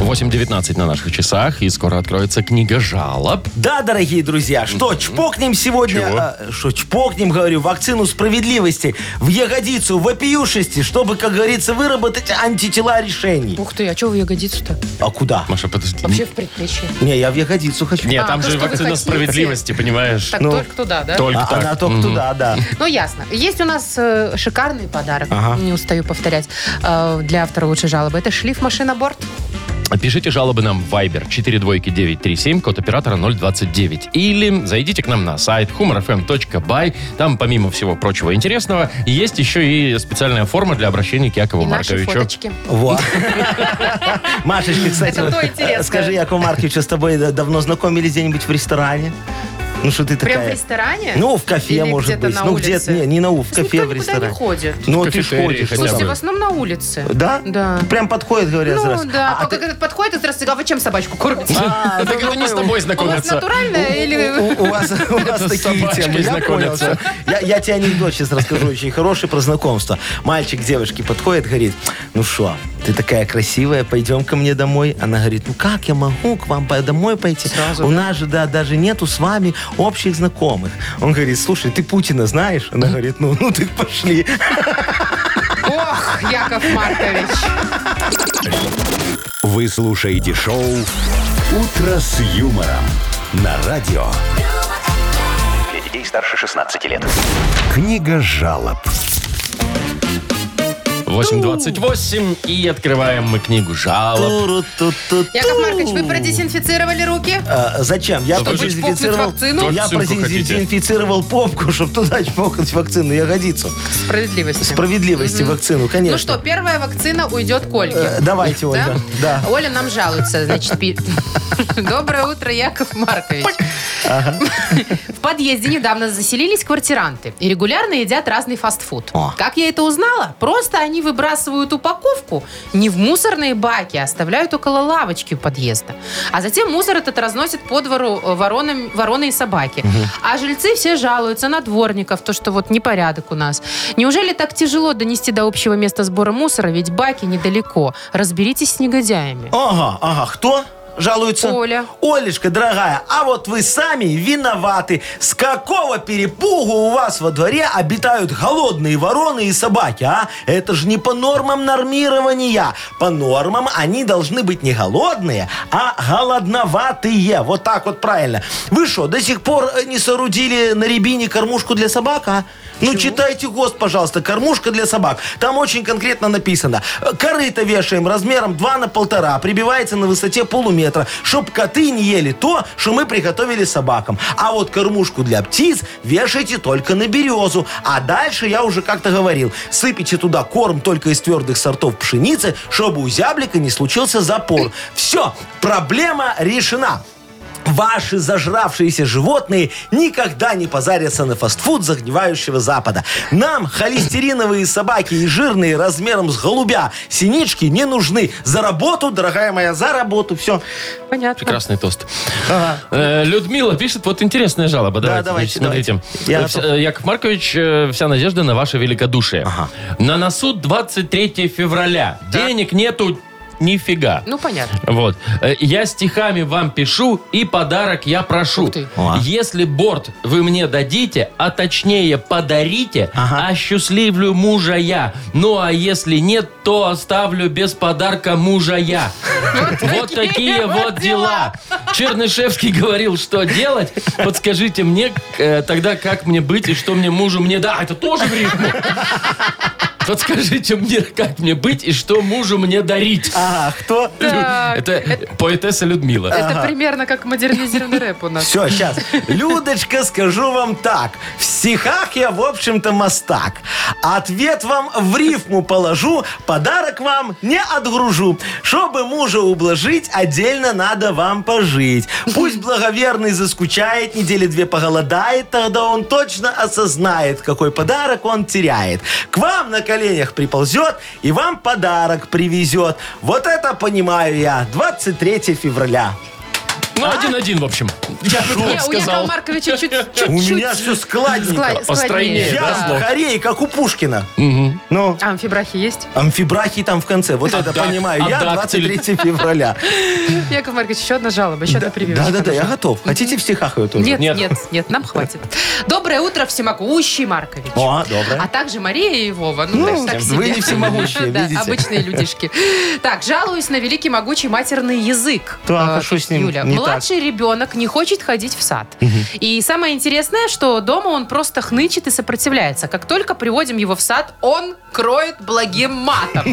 8.19 на наших часах, и скоро откроется книга жалоб. Да, дорогие друзья, что чпокнем сегодня, Чего? а, что чпокнем, говорю, вакцину справедливости в ягодицу, в вопиюшести, чтобы, как говорится, выработать антитела решений. Ух ты, а что в ягодицу-то? А куда? Маша, подожди. Вообще в предплечье. Не, я в ягодицу хочу. Нет, А, там то, же что вы вакцина хотите. справедливости, понимаешь? Так Ну, только туда, да? Только А, так. она только Мгм. туда, да. Ну, ясно. Есть у нас э, шикарный подарок, Ага. не устаю повторять, э, для автора лучшей жалобы. Это шлиф машиноборд. Пишите жалобы нам в Viber 42937, код оператора 029. Или зайдите к нам на сайт humorfm.by. Там, помимо всего прочего интересного, есть еще и специальная форма для обращения к Якову И наши Марковичу. фоточки. Вот. Машечка, кстати, Это то вот, интересное. скажи, Яков Маркович, а с тобой да- давно знакомились где-нибудь в ресторане? Ну что ты Прям в такая? ресторане? Ну, в кафе, Или может где-то быть. на ну, улице? где-то, не, не на у, в Никто кафе, в никуда не ресторане. ходит. Ну, В ты ж кафетерии хотя ходишь. бы. слушай. Слушайте, в основном на улице. Да? Да. Прям подходит, говорят, Ну, раз. да. А Только ты- когда подходит и сразу, а вы чем собачку кормите? А, Так это не с тобой У вас знакомятся. натуральная Э, или... У, у вас, у вас С такие собачкой темы, я понял. знакомятся. всё. Я, я тебе анекдот сейчас расскажу, очень хороший, про знакомство. Мальчик к девушке подходит, говорит, ну что, ты такая красивая, пойдем ко мне домой. Она говорит, ну как я могу к вам по- домой пойти? Сразу, У нас же, да, даже нету с вами общих знакомых. Он говорит, слушай, ты Путина знаешь? Она говорит, ну, ну ты пошли. Ох, Яков Маркович. Вы слушаете шоу «Утро с юмором» на радио. Для детей старше 16 лет. Книга жалоб. 8.28, и открываем мы книгу жалоб. Туру-ту-ту-ту. Яков Маркович, вы продезинфицировали руки? А, зачем? Я Чтобы чпокнуть продезинфицировал, вакцину? я Вакцинку хотите? продезинфицировал попку, чтобы туда чпокнуть вакцину ягодицу. Справедливости. Справедливости вакцину, конечно. Ну что, первая вакцина уйдет к Ольге. Э, Давайте, Ольга. Да. Оля нам жалуется, значит, пи- Доброе утро, Яков Маркович. В подъезде недавно заселились квартиранты и регулярно едят разный фастфуд. О. Как я это узнала? Просто они выбрасывают упаковку не в мусорные баки, а оставляют около лавочки у подъезда. А затем мусор этот разносит по двору э, воронам- вороны и собаки. А жильцы все жалуются на дворников, то, что вот непорядок у нас. Неужели так тяжело донести до общего места сбора мусора, ведь баки недалеко. Разберитесь с негодяями. Ага, ага. Кто? Жалуется? Оля. Олечка, дорогая, а вот вы сами виноваты. С какого перепугу у вас во дворе обитают голодные вороны и собаки, а? Это же не по нормам нормирования. По нормам они должны быть не голодные, а голодноватые. Вот так вот правильно. Вы что, до сих пор э, не соорудили на рябине кормушку для собак, а? Ну, читайте ГОСТ, пожалуйста, кормушка для собак. Там очень конкретно написано. Э, Корыто вешаем размером 2 на полтора, прибивается на высоте полуметра, чтоб коты не ели то, что мы приготовили собакам. А вот кормушку для птиц вешайте только на березу. А дальше, я уже как-то говорил, сыпите туда корм только из твердых сортов пшеницы, чтобы у зяблика не случился запор. Все, проблема решена. Ваши зажравшиеся животные никогда не позарятся на фастфуд загнивающего Запада. Нам холестериновые собаки и жирные размером с голубя синички не нужны. За работу, дорогая моя, за работу. Все. Понятно. Прекрасный тост. Э, Людмила пишет, вот интересная жалоба. Да, Давайте, давайте, смотрите. давайте. Я Э, вс- э, Яков Маркович, э, вся надежда на ваше великодушие. На носу 23 февраля. Денег нету нифига. Ну, понятно. Вот. Э, Я стихами вам пишу, и подарок я прошу. Ух ты. О. Если борт вы мне дадите, а точнее подарите, Ага. осчастливлю мужа я. Ну а если нет, то оставлю без подарка мужа я. Вот такие вот дела. Чернышевский говорил, что делать. Подскажите мне э, тогда, как мне быть и что мне мужу мне... Да, это тоже в рифму. Подскажите мне, как мне быть и что мужу мне дарить. Ага, кто? Так, Э, Это поэтесса Людмила. Это примерно как модернизированный рэп у нас. Все, сейчас. Людочка, скажу вам так. В стихах я, в общем-то, мастак. Ответ вам в рифму положу, подарок вам не отгружу. Чтобы мужа ублажить, отдельно надо вам пожить. Пусть благоверный заскучает, недели две поголодает, тогда он точно осознает, какой подарок он теряет. К вам на коленях приползет и вам подарок привезет. Вот это понимаю я. 23 февраля. Ну, один-один, в общем. Я бы так Не, а? у Якова сказал. Марковича чуть-чуть. У меня все складненько. склад- постройнее, складнее, да, Я да. слог? хорей, как у Пушкина. Ну, А амфибрахи есть? амфибрахи там в конце. Вот это дак- понимаю. а Я дактиль? 23 февраля. Яков Маркович, еще одна жалоба, еще одна прививочка. Да-да-да, я готов. Хотите в стихах ее тоже? Нет, Нет. нет, нет, нам хватит. Доброе утро, всемогущий Маркович. О, доброе. А также Мария и Вова. Ну, Ну, так вы себе. не всемогущие, Да, видите? обычные людишки. Так, жалуюсь на великий могучий матерный язык. Так, а э, что с ним Юля. не так? Младший ребенок не хочет ходить в сад. И самое интересное, что дома он просто хнычет и сопротивляется. Как только приводим его в сад, он кроет благим матом.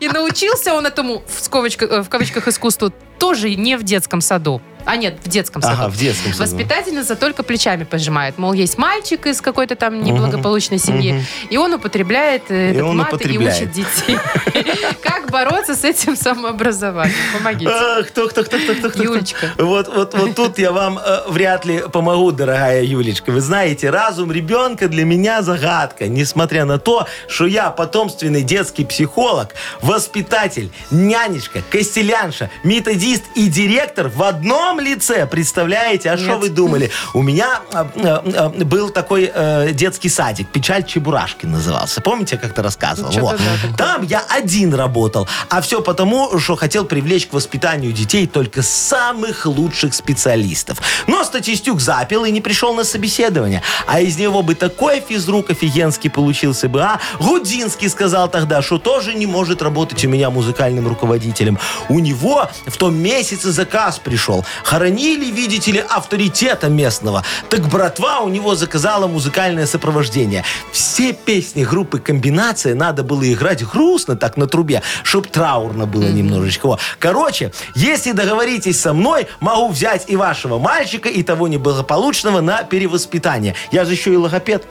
И научился он этому в скобочка- э, в кавычках искусству тоже не в детском саду. А нет, в детском саду. Ага, в детском саду. Воспитательница только плечами пожимает. Мол, есть мальчик из какой-то там неблагополучной семьи, и он употребляет э, И этот он мат и употребляет. учит детей. Как Как бороться с этим самообразованием? Помогите. Ах, А, кто, кто, кто, кто, кто, кто. Юлечка. Вот, вот, вот тут я вам э, вряд ли помогу, дорогая Юлечка. Вы знаете, разум ребенка для меня загадка, несмотря на то, что я потомственный детский психолог, воспитатель, нянечка, костелянша, методист и директор в одном лице. Представляете? А что Нет. вы думали? У меня э, э, э, был такой э, детский садик, Печаль Чебурашки назывался. Помните, я как-то рассказывал? Чё-то Во. да, такое. Там я один работал. А все потому, что хотел привлечь к воспитанию детей только самых лучших специалистов. Но статистюк запил и не пришел на собеседование. А из него бы такой физрук офигенский получился бы, а? Гудинский сказал тогда, что тоже не может работать у меня музыкальным руководителем. У него в том месяце заказ пришел. Хоронили, видите ли, авторитета местного. Так братва у него заказала музыкальное сопровождение. Все песни группы «Комбинация» надо было играть грустно так на трубе, чтоб траурно было немножечко. Во. Короче, если договоритесь со мной, могу взять и вашего мальчика, и того неблагополучного на перевоспитание. Я же еще и логопед.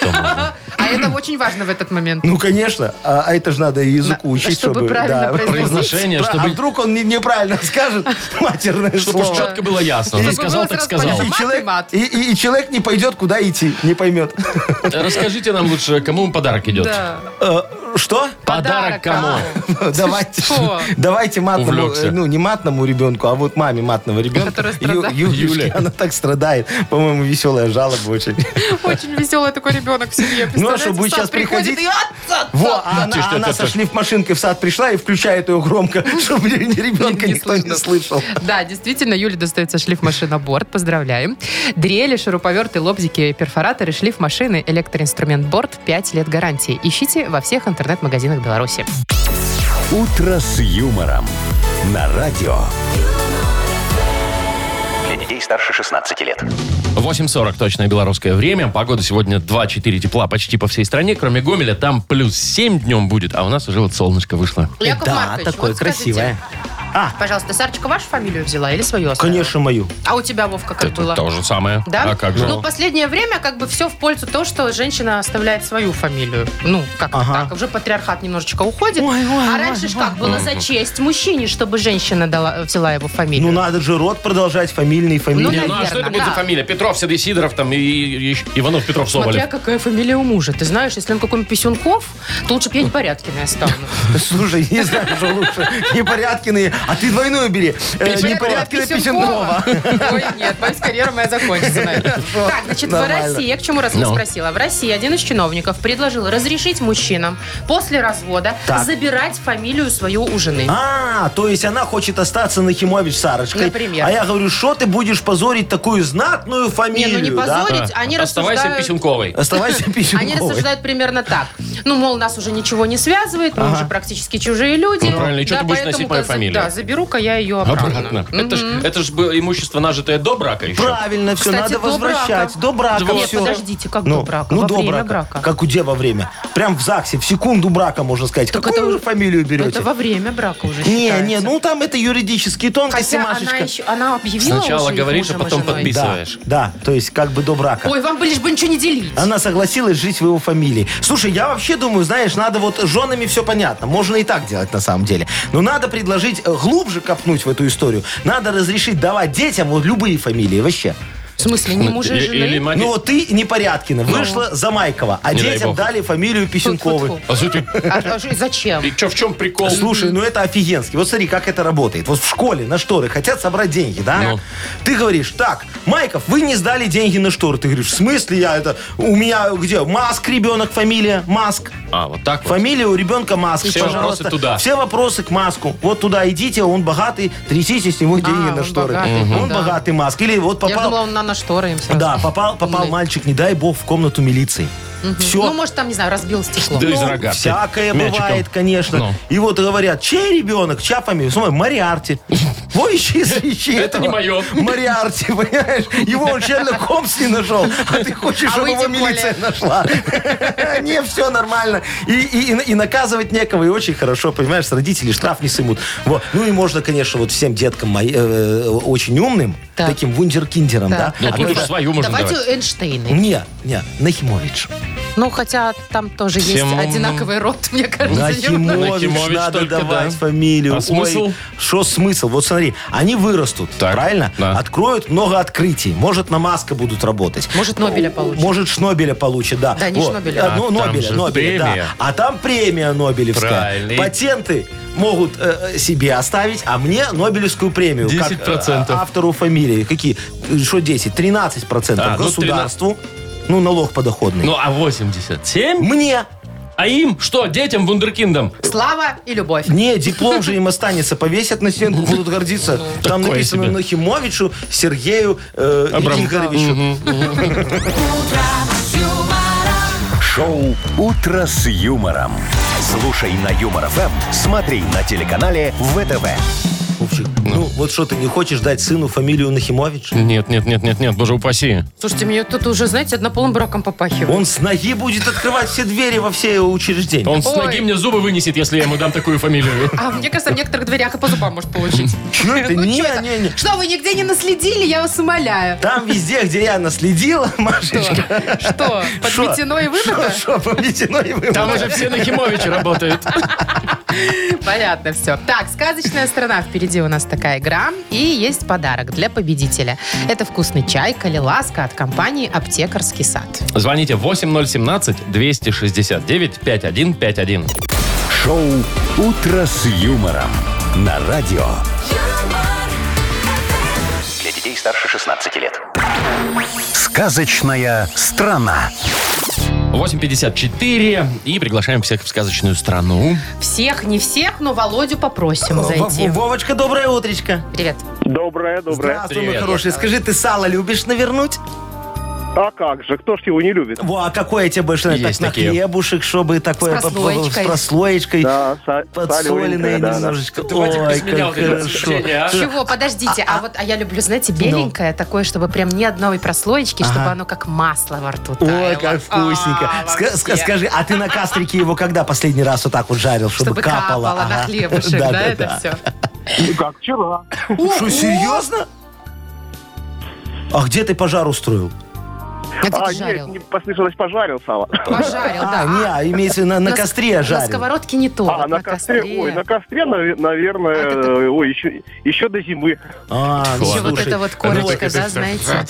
А это очень важно в этот момент. Ну, конечно. А, а это же надо и языку На- учить, чтобы чтобы... правильно произносить. Произношение, Про- чтобы- А вдруг он не- неправильно скажет матерное Чтобы слово? уж четко было ясно. Чтобы Ты сказал, было так сразу сказал. понятно. Э, Мат и И человек, мат. и- и- и человек не пойдет, куда идти, не поймет. Расскажите нам лучше, кому подарок идет. Да. Э, Что? Подарок кому? Давайте, что? давайте матному, Увлекся. э, ну не матному ребенку, а вот маме матного ребенка. Которая страдает. Юлечке, Юля. она так страдает. По-моему, веселая жалоба очень. Очень веселый такой ребенок в семье. Ну, а Представляете, чтобы вы в сад сейчас приходит приходите- и отца. Во, а она, тише, а она тише, со тише. шлифмашинкой в сад пришла и включает ее громко, чтобы ни- ни ребенка Не никто не слышно. слышал. Да, действительно, Юле достается шлиф машина борт. Поздравляем. Дрели, шуруповерты, лобзики, перфораторы, шлиф машины, электроинструмент борт. 5 лет гарантии. Ищите во всех интернет-магазинах Беларуси. «Утро с юмором» на радио. Для детей старше 16 лет. 8.40 точное белорусское время. Погода сегодня 2-4 тепла почти по всей стране. Кроме Гомеля, там плюс 7 днем будет, а у нас уже вот солнышко вышло. Яков Э, да, Маркович, такое вот скажите, красивое. Пожалуйста, Сарочка вашу фамилию взяла или свою оставила? Конечно, мою. А у тебя, Вовка, как было? Это то же самое. Да? А как же? Ну, последнее время как бы все в пользу того, что женщина оставляет свою фамилию. Ну, как Ага. так. Уже патриархат немножечко уходит. а раньше ж как было за честь мужчине, чтобы женщина дала, взяла его фамилию. Ну надо же род продолжать, фамильный, Ну, Не, фамильный. ну а наверное, что это будет за да. фамилия? Петров, Седой Сидоров там и, и- и Иванов, Петров, Смотря Соболев. какая фамилия у мужа. Ты знаешь, если он какой-нибудь Писюнков, то лучше бы я Непорядкиной оставлю. Слушай, не знаю, что лучше. Непорядкиные, а ты двойную бери. Э, Непорядкина Песенкова. Ой, нет, боюсь, карьера моя закончится. на этом. Так, значит, в нормально. России, я к чему раз не Ну. спросила. В России один из чиновников предложил разрешить мужчинам после развода Так. забирать фамилию свою у жены. А, то есть она хочет остаться Нахимович Сарочкой. Например. А я говорю, что ты будешь позорить такую знатную Не, ну фамилию, не да? позорить, они Оставайся рассуждают... Писюнковой. Оставайся Они Песенковой. рассуждают примерно так. Ну, мол, нас уже ничего не связывает, мы уже практически чужие люди. Ну, правильно, и чё ты будешь поэтому носить мою ка- фамилию? Да, заберу-ка я ее обратно. Ну, Это ж, это ж было имущество, нажитое до брака еще. Правильно, все, Кстати, надо до возвращать. брака. До брака Нет, все. подождите, как до брака? Ну, Во до время брака. брака. Как у где во время? Прям в ЗАГСе, в секунду брака, можно сказать. Так Какую это вы уже- фамилию берете? Это во время брака уже Не, считается. не, ну там это юридические тонкости, Хотя она Машечка. еще, она объявила Сначала уже их говоришь, а мужем и потом женой. Да, подписываешь. да, то есть как бы до брака. Ой, вам бы лишь бы ничего не делить. Она согласилась жить в его фамилии. Слушай, я вообще думаю, знаешь, надо вот с женами все понятно. Можно и так делать на самом деле. Но надо предложить э, глубже копнуть в эту историю. Надо разрешить давать детям вот любые фамилии вообще. В смысле, не мужа и И- жены? Или мать- Ну вот ты Непорядкина вышла за Майкова, а Ну. Не дай детям бог. дали фамилию Фу-фу-фу. Писюнковой. А что ты- А- а ж- Зачем? и чё, в чем прикол? Слушай, ну это офигенски. Вот смотри, как это работает. Вот в школе на шторы хотят собрать деньги, да? Ну. Ты говоришь, так, Майков, вы не сдали деньги на шторы. Ты говоришь, в смысле я это... У меня где? Маск ребенок, фамилия, Маск. А, вот так вот. Фамилия у ребенка Маск, Все пожалуйста. вопросы туда. Все вопросы к Маску. Вот туда идите, он богатый, трясите с него деньги А, он на шторы. богатый, Он да. богатый Маск. Или вот Я думала, попал... он на, на шторы им сразу. Да, попал, попал Или- мальчик, не дай бог, в комнату милиции. Все. Ну, может, там, не знаю, разбил стекло. Да из Ну, рога. Всякое Мячиком. бывает, конечно. Ну. И вот говорят, чей ребенок, чья фамилия? Смотри, Мариарти. Во, ищи, ищи Это этого. не моё. Мариарти, понимаешь? Его он Шерлок Холмс не нашел, а ты хочешь, А чтобы вы его тем более. милиция нашла. Не, все нормально. И, и- и- и наказывать некого, и очень хорошо, понимаешь, с родителей штраф не сымут. Во. Ну и можно, конечно, вот всем деткам мои- э, очень умным, Так. таким вундеркиндером, Так. да? Ну, А тут когда- уж свою можно Давайте давать. Эйнштейны. Не, не, Нахимович. Ну, хотя там тоже Всем- есть одинаковый рот, мне кажется. немного. Нахимович, Нахимович надо только, давать да. фамилию. А смысл? Что смысл? Вот смотри, они вырастут, Так, правильно? да. Откроют много открытий. Может, на Маска будут работать. Может, Нобеля получит. Может, Шнобеля получат, да. Да, не Шнобеля. А, А ну, там Нобеля, же Нобеля, премия. да. А там премия Нобелевская. Правильно. И- Патенты могут э, э, себе оставить, а мне Нобелевскую премию. как, 10%. э, автору фамилии. Какие? Э, Что 10? 13% А, ну, государству. Ну, налог подоходный. Ну, а 87? Мне А им что, детям, вундеркиндам? Слава и любовь. Не, диплом же им останется, повесят на стенку, будут гордиться. Там Ну, такое написано себе. Нахимовичу, Сергею э, Абрам- Игоревичу. Шоу «Утро с юмором». Слушай на Юмор ФМ, смотри на телеканале ВТВ. Вовчик, Ну, вот что ты не хочешь дать сыну фамилию Нахимович? Нет, нет, нет, нет, нет, боже упаси. Слушайте, мне тут уже, знаете, однополым браком попахивает. Он с ноги будет открывать все двери во все учреждения. Он с Ой. ноги мне зубы вынесет, если я ему дам такую фамилию. А мне кажется, в некоторых дверях и по зубам может получить. Чё это? Ну, Не, чё это? не, не. Что, вы нигде не наследили? Я вас умоляю. Там везде, где я наследила, Машечка. Что, под Шо? метяной выпадок? Шо, по Митиной вымыто? Там уже все Нахимовичи работают. Понятно все. Так, «Сказочная страна». Впереди у нас такая игра. И есть подарок для победителя. Это вкусный чай «Калиласка» от компании «Аптекарский сад». Звоните 8017-269-5151. Шоу «Утро с юмором» на радио. Для детей старше 16 лет. Сказочная страна. 8.54. И приглашаем всех в сказочную страну. Всех, не всех, но Володю попросим Во- зайти. Вовочка, доброе утречко. Привет. Доброе, доброе. Здравствуй, мой Привет. хороший. Скажи, ты сало любишь навернуть? А как же, кто ж его не любит? Во, а какое тебе больше нравится? Есть Так, такие. на хлебушек, чтобы такое... по- по- прослоечкой. С прослоечкой. Да, А, са- Подсоленное солененькое, да, да. немножечко. Ты, Вадик, Ой, посмеял как ты на хорошо. исключение, а? Чего, подождите, а, вот а я люблю, Ну. знаете, беленькое, такое, чтобы прям ни одной прослоечки, чтобы оно как масло во рту таяло. Ой, как вкусненько. А, Ска- ска- вообще. Скажи, а ты на кастрике его когда последний раз вот так вот жарил, чтобы, Чтобы капало, на Ага. хлебушек, да, это все. А, Как вчера. Что, серьезно? А где ты пожар устроил? А ты А, нет, жарил? не послышалось, пожарил сало. Пожарил, А, да. не, а имеется на, на с- костре На жарил. сковородке не то. А, вот на костре, ой, на костре, наве- наверное, А, это- э, ой, еще, еще до зимы. А, ну, Еще вот слушай, это вот корочка, да, знаете?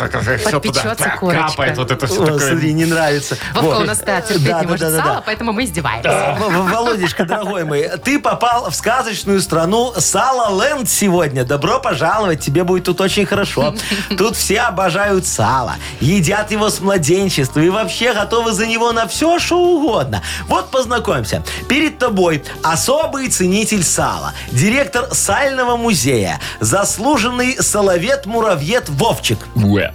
Подпечется корочка. Капает вот это все о, смотри, такое. не нравится. Вовка Вот. у нас да, терпеть Да, не да, может да, да, сало, да. поэтому мы издеваемся. В- в- Володечка, дорогой мой, ты попал в сказочную страну Сало-Ленд сегодня. Добро пожаловать, тебе будет тут очень хорошо. Тут все обожают сало, едят его с младенчества и вообще готовы за него на все, что угодно. Вот познакомься. Перед тобой особый ценитель сала, директор сального музея, заслуженный соловет-муравьед Вовчик. Уэ.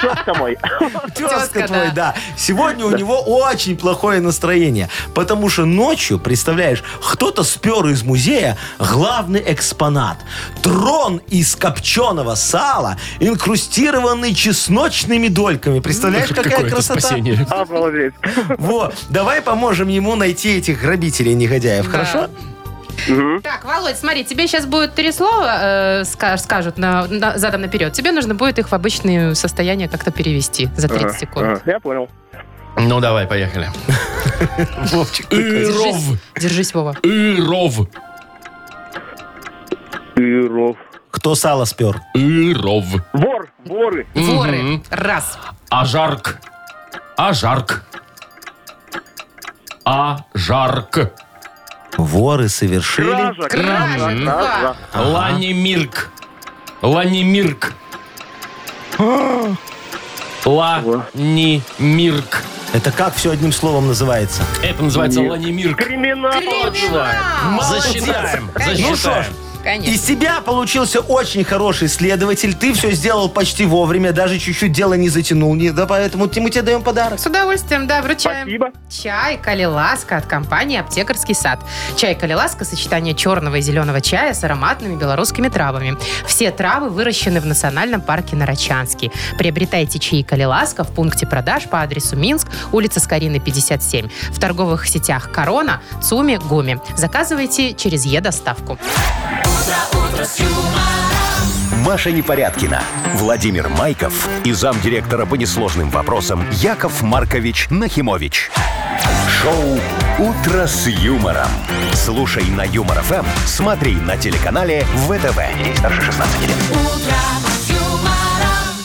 Тетка мой. Тезка Тезка, твой, да. Сегодня у него очень плохое настроение, потому что ночью, представляешь, кто-то спер из музея главный экспонат. Трон из копченого сала, инкрустированный чесночными дольками. Представляешь, какая это красота? спасение. Обалдеть. Вот, давай поможем ему найти этих грабителей-негодяев, Да. хорошо? Так, Володь, смотри, тебе сейчас будет три слова э, ска- скажут на, на- задом наперед. Тебе нужно будет их в обычное состояние как-то перевести за 30 секунд. Я понял. Ну, давай, поехали. Вовчик, ты- Иров. Держись, держись, Вова. Иров. Иров. кто сало спер? Иров. Вор, воры. Воры. Раз. А Ажарк. а Ажарк. А Ажарк. Воры совершили. Кража, Кража, кража, да. кража. Ланимирк. Ланимирк. Ланимирк. Это как все одним словом называется? Это называется ланимирк. Криминал. Криминал! Засчитаем. Ну что ж, Засчитаем. Конечно. Из тебя получился очень хороший следователь. Ты все сделал почти вовремя, даже чуть-чуть дело не затянул. Не, да, поэтому те- мы тебе даем подарок. С удовольствием, да, вручаем. Спасибо. Чай «Калиласка» от компании «Аптекарский сад». Чай «Калиласка» – сочетание черного и зеленого чая с ароматными белорусскими травами. Все травы выращены в Национальном парке Нарочанский. Приобретайте чаи «Калиласка» в пункте продаж по адресу Минск, улица Скорины, 57, в торговых сетях «Корона», «Цуми», «Гуми». Заказывайте через «Е» доставку. Маша Непорядкина, Владимир Майков и замдиректора по несложным вопросам Яков Маркович Нахимович. Шоу «Утро с юмором». Слушай на Юмор ФМ, смотри на телеканале ВТВ. Ей старше 16 лет.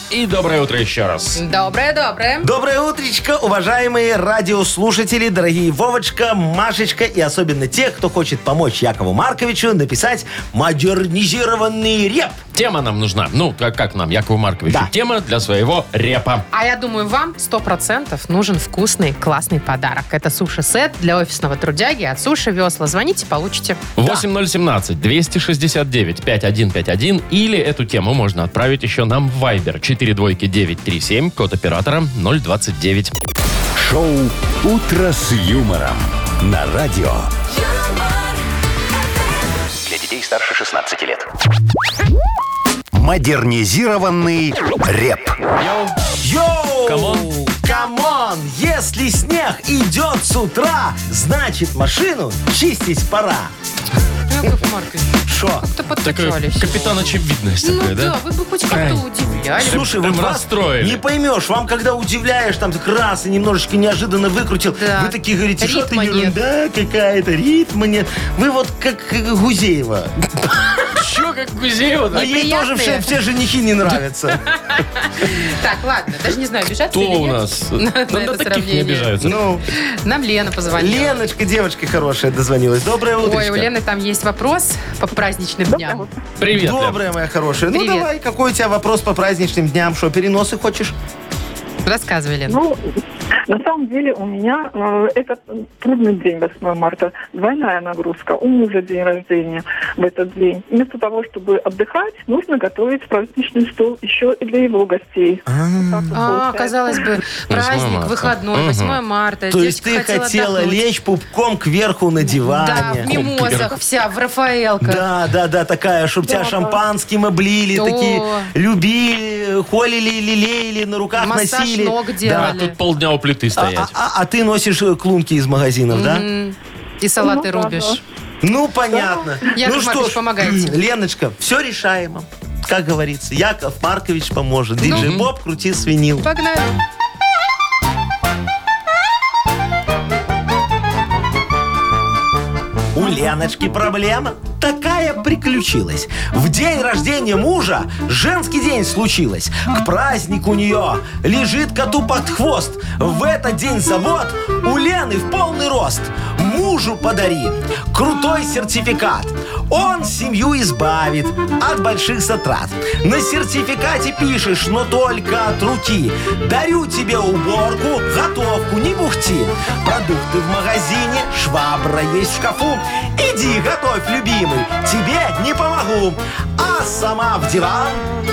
И доброе утро еще раз. Доброе-доброе. Доброе утречко, уважаемые радиослушатели, дорогие Вовочка, Машечка и особенно те, кто хочет помочь Якову Марковичу написать модернизированный реп. Тема нам нужна. Ну, как, как нам, Якову Марковичу. Да. Тема для своего репа. А я думаю, вам 100% нужен вкусный, классный подарок. Это суши-сет для офисного трудяги от Суши Весла. Звоните, получите. 8017-269-5151. Или эту тему можно отправить еще нам в Viber. 42937, код оператора 029. Шоу «Утро с юмором» на радио. Для детей старше 16 лет. Модернизированный реп. Йоу. Йоу! Камон. Камон! Если снег идет с утра, значит машину чистить пора. Яков Маркович, Шо? как-то Такой подкачались. э, капитан очевидность Ну такой, да? да? вы бы хоть Ай. как-то удивляли. Слушай, прям вот вас расстроили. не поймешь. Вам когда удивляешь, там так раз и немножечко неожиданно выкрутил, Да. вы такие говорите, что ты Ритма нет». ерунда какая-то, ритма нет. Вы вот как э, Гузеева. Че, как Гузеева? Ну, ей тоже приятные. все, все женихи не нравятся. Так, ладно, даже не знаю, обижаться Кто или у нет. нас? На, на Там до это таких не сравнение. обижаются. Ну, Нам Лена позвонила. Леночка, девочка хорошая, дозвонилась. Доброе утро. Ой, у Лены там есть вопрос по праздничным дням. Привет, Лен. Доброе, моя хорошая. Ну, Привет. давай, какой у тебя вопрос по праздничным дням? Что, переносы хочешь? Рассказывай, Лена. Ну, на самом деле у меня э, это трудный день, 8 марта. Двойная нагрузка. У мужа день рождения в этот день. Вместо того, чтобы отдыхать, нужно готовить праздничный стол еще и для его гостей. ну, Так вот А, получается. казалось бы, праздник, марта. выходной, Мгм. 8 марта. То есть ты девочка хотела отдохнуть. лечь пупком кверху на Да, в диване? мимозах вся, в Рафаэлках. Да, да, да, такая, чтобы тебя Да, да. шампанским облили, Да. такие любили, холили, лелеяли, на руках Массаж носили. ног А Да. делали. тут полдня у плиты А, стоять. а- а- а ты носишь э, клунки из магазинов, да? М, И салаты Ну, да, рубишь. Ну, понятно. Яков ну Маркович, ж, помогайте. Леночка, все решаемо. Как говорится, Яков Маркович поможет. Ну. Диджей Боб, крути свинил. Погнали. У Леночки проблема такая приключилась. В день рождения мужа женский день случилось. К празднику у нее лежит коту под хвост. В этот день завод у Лены в полный рост. Мужу подари крутой сертификат. Он семью избавит от больших затрат. На сертификате пишешь, но только от руки. Дарю тебе уборку, готовку, не бухти. Продукты в магазине, швабра есть в шкафу. Иди, готовь, любимый, тебе не помогу. А сама в диван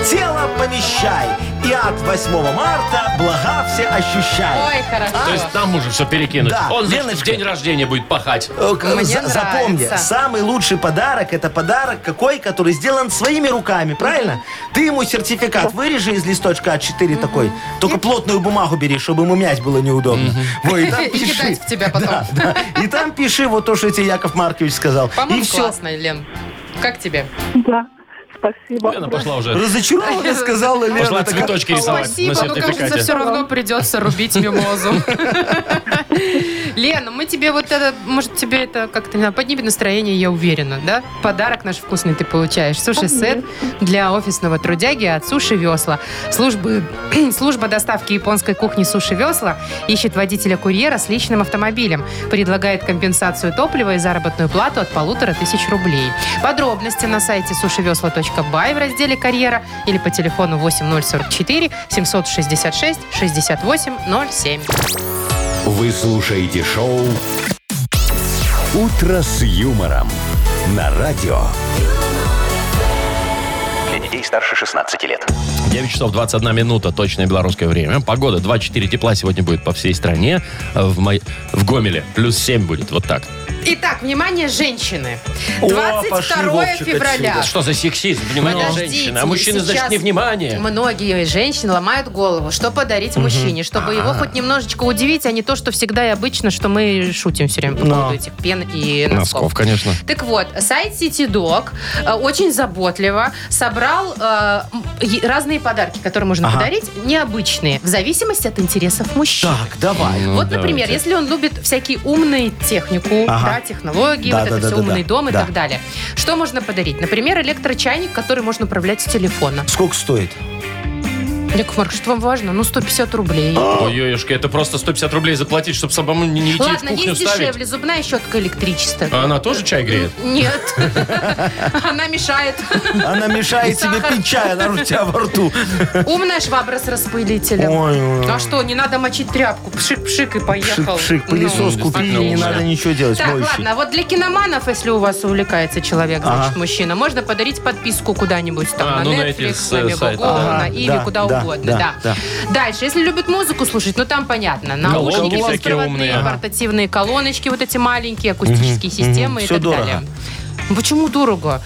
тело помещай. И от 8 марта блага все ощущай. Ой, То хорошо. есть нам уже все перекинуть. Да, Он значит, в Леночка. день рождения будет пахать. Э, к- Мне за- Запомни, нравится. самый лучший подарок это подарок какой, который сделан своими руками, правильно? Ты ему сертификат вырежи из листочка А4 такой. Только плотную бумагу бери, чтобы ему мять было неудобно. Во, и там И пиши. кидать в тебя потом. Да, да. И там пиши вот то, что тебе Яков Маркович сказал. И По-моему, все. классно, Лен. Как тебе? Да, спасибо. ну, Лена пошла уже. Разочарованно сказала Лена. Пошла такая, цветочки рисовать на Спасибо, но кажется, сертификате. все равно придется рубить мимозу. Лена, мы тебе вот это, может, тебе это как-то не знаю, поднимет настроение, я уверена, да? Подарок наш вкусный ты получаешь. Суши-сет для офисного трудяги от Суши Весла. Службы, служба доставки японской кухни Суши Весла ищет водителя-курьера с личным автомобилем. Предлагает компенсацию топлива и заработную плату от полутора тысяч рублей. Подробности на сайте сушевесла.бай в разделе «Карьера» или по телефону 8044 766 6807. Вы слушаете шоу «Утро с юмором» на радио. Для детей старше 16 лет. 9 часов 21 минута, точное белорусское время. Погода 2-4 тепла сегодня будет по всей стране. А В, Май- в Гомеле плюс 7 будет, вот так. Итак, внимание, женщины. О, 22 пошли, Вовчик, февраля. отсюда. А Что за сексизм? Внимание, Ну, Подождите, женщина. А мужчины, сейчас значит, не внимание. Многие женщины ломают голову, что подарить мужчине, чтобы его хоть немножечко удивить, а не то, что всегда и обычно, что мы шутим все время по Но. поводу этих пен и носков. конечно. Так вот, сайт CityDog э, очень заботливо собрал э, м, е- разные подарки, которые можно Ага. подарить, необычные, в зависимости от интересов мужчин. Так, давай. Ну, Вот, например, давайте. если он любит всякие умные технику, Ага. да, технологии, Да, вот да, это да, все да, умный да. дом и Да. так далее. Что можно подарить? Например, электрочайник, который можно управлять с телефона. Сколько стоит? Яков Марк, что вам важно? Ну, 150 рублей. А! Ой, Ёюшка, это просто 150 рублей заплатить, чтобы самому не, не идти Ладно, в кухню есть ставить. дешевле. Зубная щетка электричество. А она тоже чай греет? Нет. Она мешает. Она мешает тебе Сахар. пить чай, она у тебя во рту. Умная швабра с распылителем. Ой, ой, А что, не надо мочить тряпку. Пшик-пшик и поехал. Пшик-пшик, Ну. пылесос Ну, купили, действительно не умная. надо ничего делать, Так, моющий. ладно, а вот для киноманов, если у вас увлекается человек, значит, Ага. мужчина, можно подарить подписку куда-нибудь, там, А, на ну, на эти Netflix, с- на Мегаго, сайты, на да. Иви, Да, куда да, угодно, да, да, Дальше, если любит музыку слушать, ну, там понятно, Колонки наушники, всякие умные, беспроводные, ага. портативные колоночки, вот эти маленькие акустические системы и Всё так дорого. далее. Ну, Почему дорого?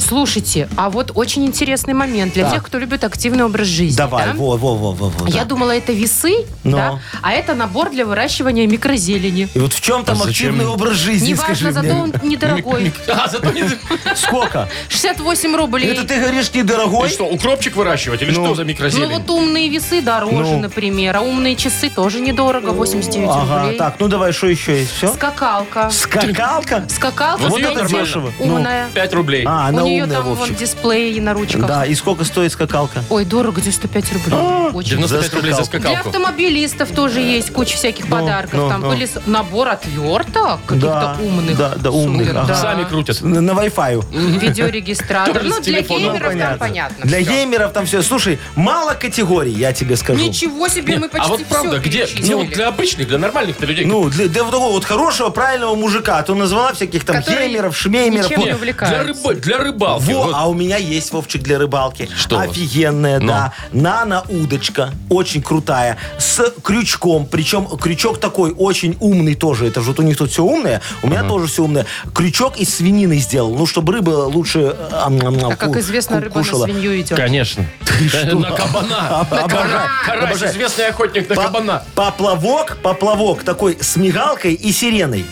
Слушайте, а вот очень интересный момент для Да. тех, кто любит активный образ жизни. Давай, да? А во, во, во, во, во. Я да. думала, это весы, Но. да? а это набор для выращивания микрозелени. И вот в чем там А зачем? активный образ жизни, Неважно, скажи зато мне. он недорогой. А, зато не... Сколько? 68 рублей. Это ты говоришь Ты недорогой? что, укропчик выращивать или что за Ну микрозелень? вот умные весы дороже, Ну. например, а умные часы тоже недорого, 89 Ага, рублей. так, ну давай, что еще есть? Все? Скакалка. Скакалка? Скакалка Вот кстати, это дешево. Ну. умная. 5 рублей. А, она У нее умная, там вон Вовчик. дисплей на ручках. Да, А, и сколько стоит скакалка? Ой, дорого, 105 рублей. Очень. 95 рублей за Для скакалку. автомобилистов тоже есть куча всяких подарков. ну, там ну. были с- набор отверток каких-то Да, умных. да, да, умных, сумок, ага. да. Сами крутят. Ну, На, на Wi-Fi. Видеорегистратор. Тоже с Ну, для телефона. геймеров там понятно. Для всё. геймеров там все. Слушай, мало категорий, я тебе скажу. Ничего себе, мы почти а вот всё правда, где? перечислили. Ну, для обычных, для нормальных-то людей. Ну, для, для вот такого вот хорошего, правильного мужика. А то назвала всяких там Который геймеров, ничем шмеймеров. не Вот. для, увлекаются. рыба- для рыбалки. Во, Вот. а у меня есть, Вовчик, для рыбалки. Что у вас? Ну. Офигенная, да. Нано-удочка. Очень крутая. С крючком. Причем крючок такой очень умный тоже. Это же вот у них тут все умное. У меня тоже все умное. Крючок из свинины сделал. Ну, чтобы рыба лучше... э, ам, ам, ам, А как ку- известно, ку- рыба на кушала. свинью идет. Конечно. Э, На кабана. А, Обожаю. Карась, Обожаю. известный охотник на Па- кабана. Поплавок, поплавок такой с мигалкой и сиреной.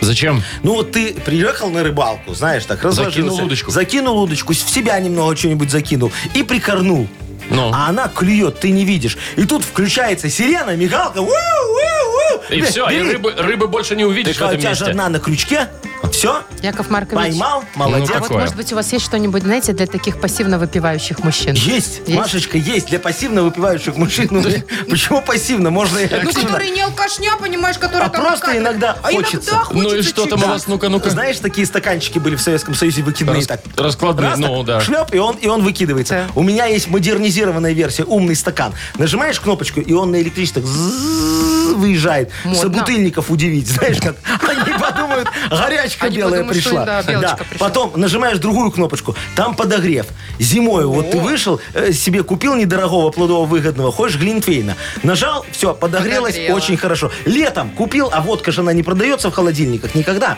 Зачем? Ну вот ты приехал на рыбалку, знаешь, так разложился. Закинул удочку. Закинул удочку, в себя немного чего-нибудь закинул и прикорнул. Ну. А она клюет, ты не видишь. И тут включается сирена, мигалка. ууу, ууу, ууу. И Бля, все, и бери. рыбы, рыбы больше не увидишь Так, а в у этом тебя месте. же одна на крючке. Все, Яков Маркович. поймал, Ну, молодец. А вот, Какое? может быть, у вас есть что-нибудь, знаете, для таких пассивно выпивающих мужчин? Есть, Есть? Машечка, есть. Для пассивно выпивающих мужчин. Ну, Почему пассивно? Можно и Ну, активно. который не алкашня, понимаешь, который А там просто как-то- иногда а хочется. Иногда хочется Ну и что там у чуть-чуть. вас? Ну-ка, ну-ка. Знаешь, такие стаканчики были в Советском Союзе выкидные. Рас- так, раскладные, ну, так, да. Шлеп, и он, и он выкидывается. Да. У меня есть модернизированная версия, умный стакан. Нажимаешь кнопочку, и он на электричестве так зззз выезжает. Модно. Собутыльников удивить, знаешь как. Они подумают, горячка Они белая подумают, что, пришла. да, белочка пришла. Потом нажимаешь другую кнопочку, там подогрев. Зимой вот ты вышел, э, себе купил недорогого плодового выгодного, хочешь глинтвейна. Нажал, все, подогрелось, Подогрело. очень хорошо. Летом купил, а водка же она не продается в холодильниках никогда.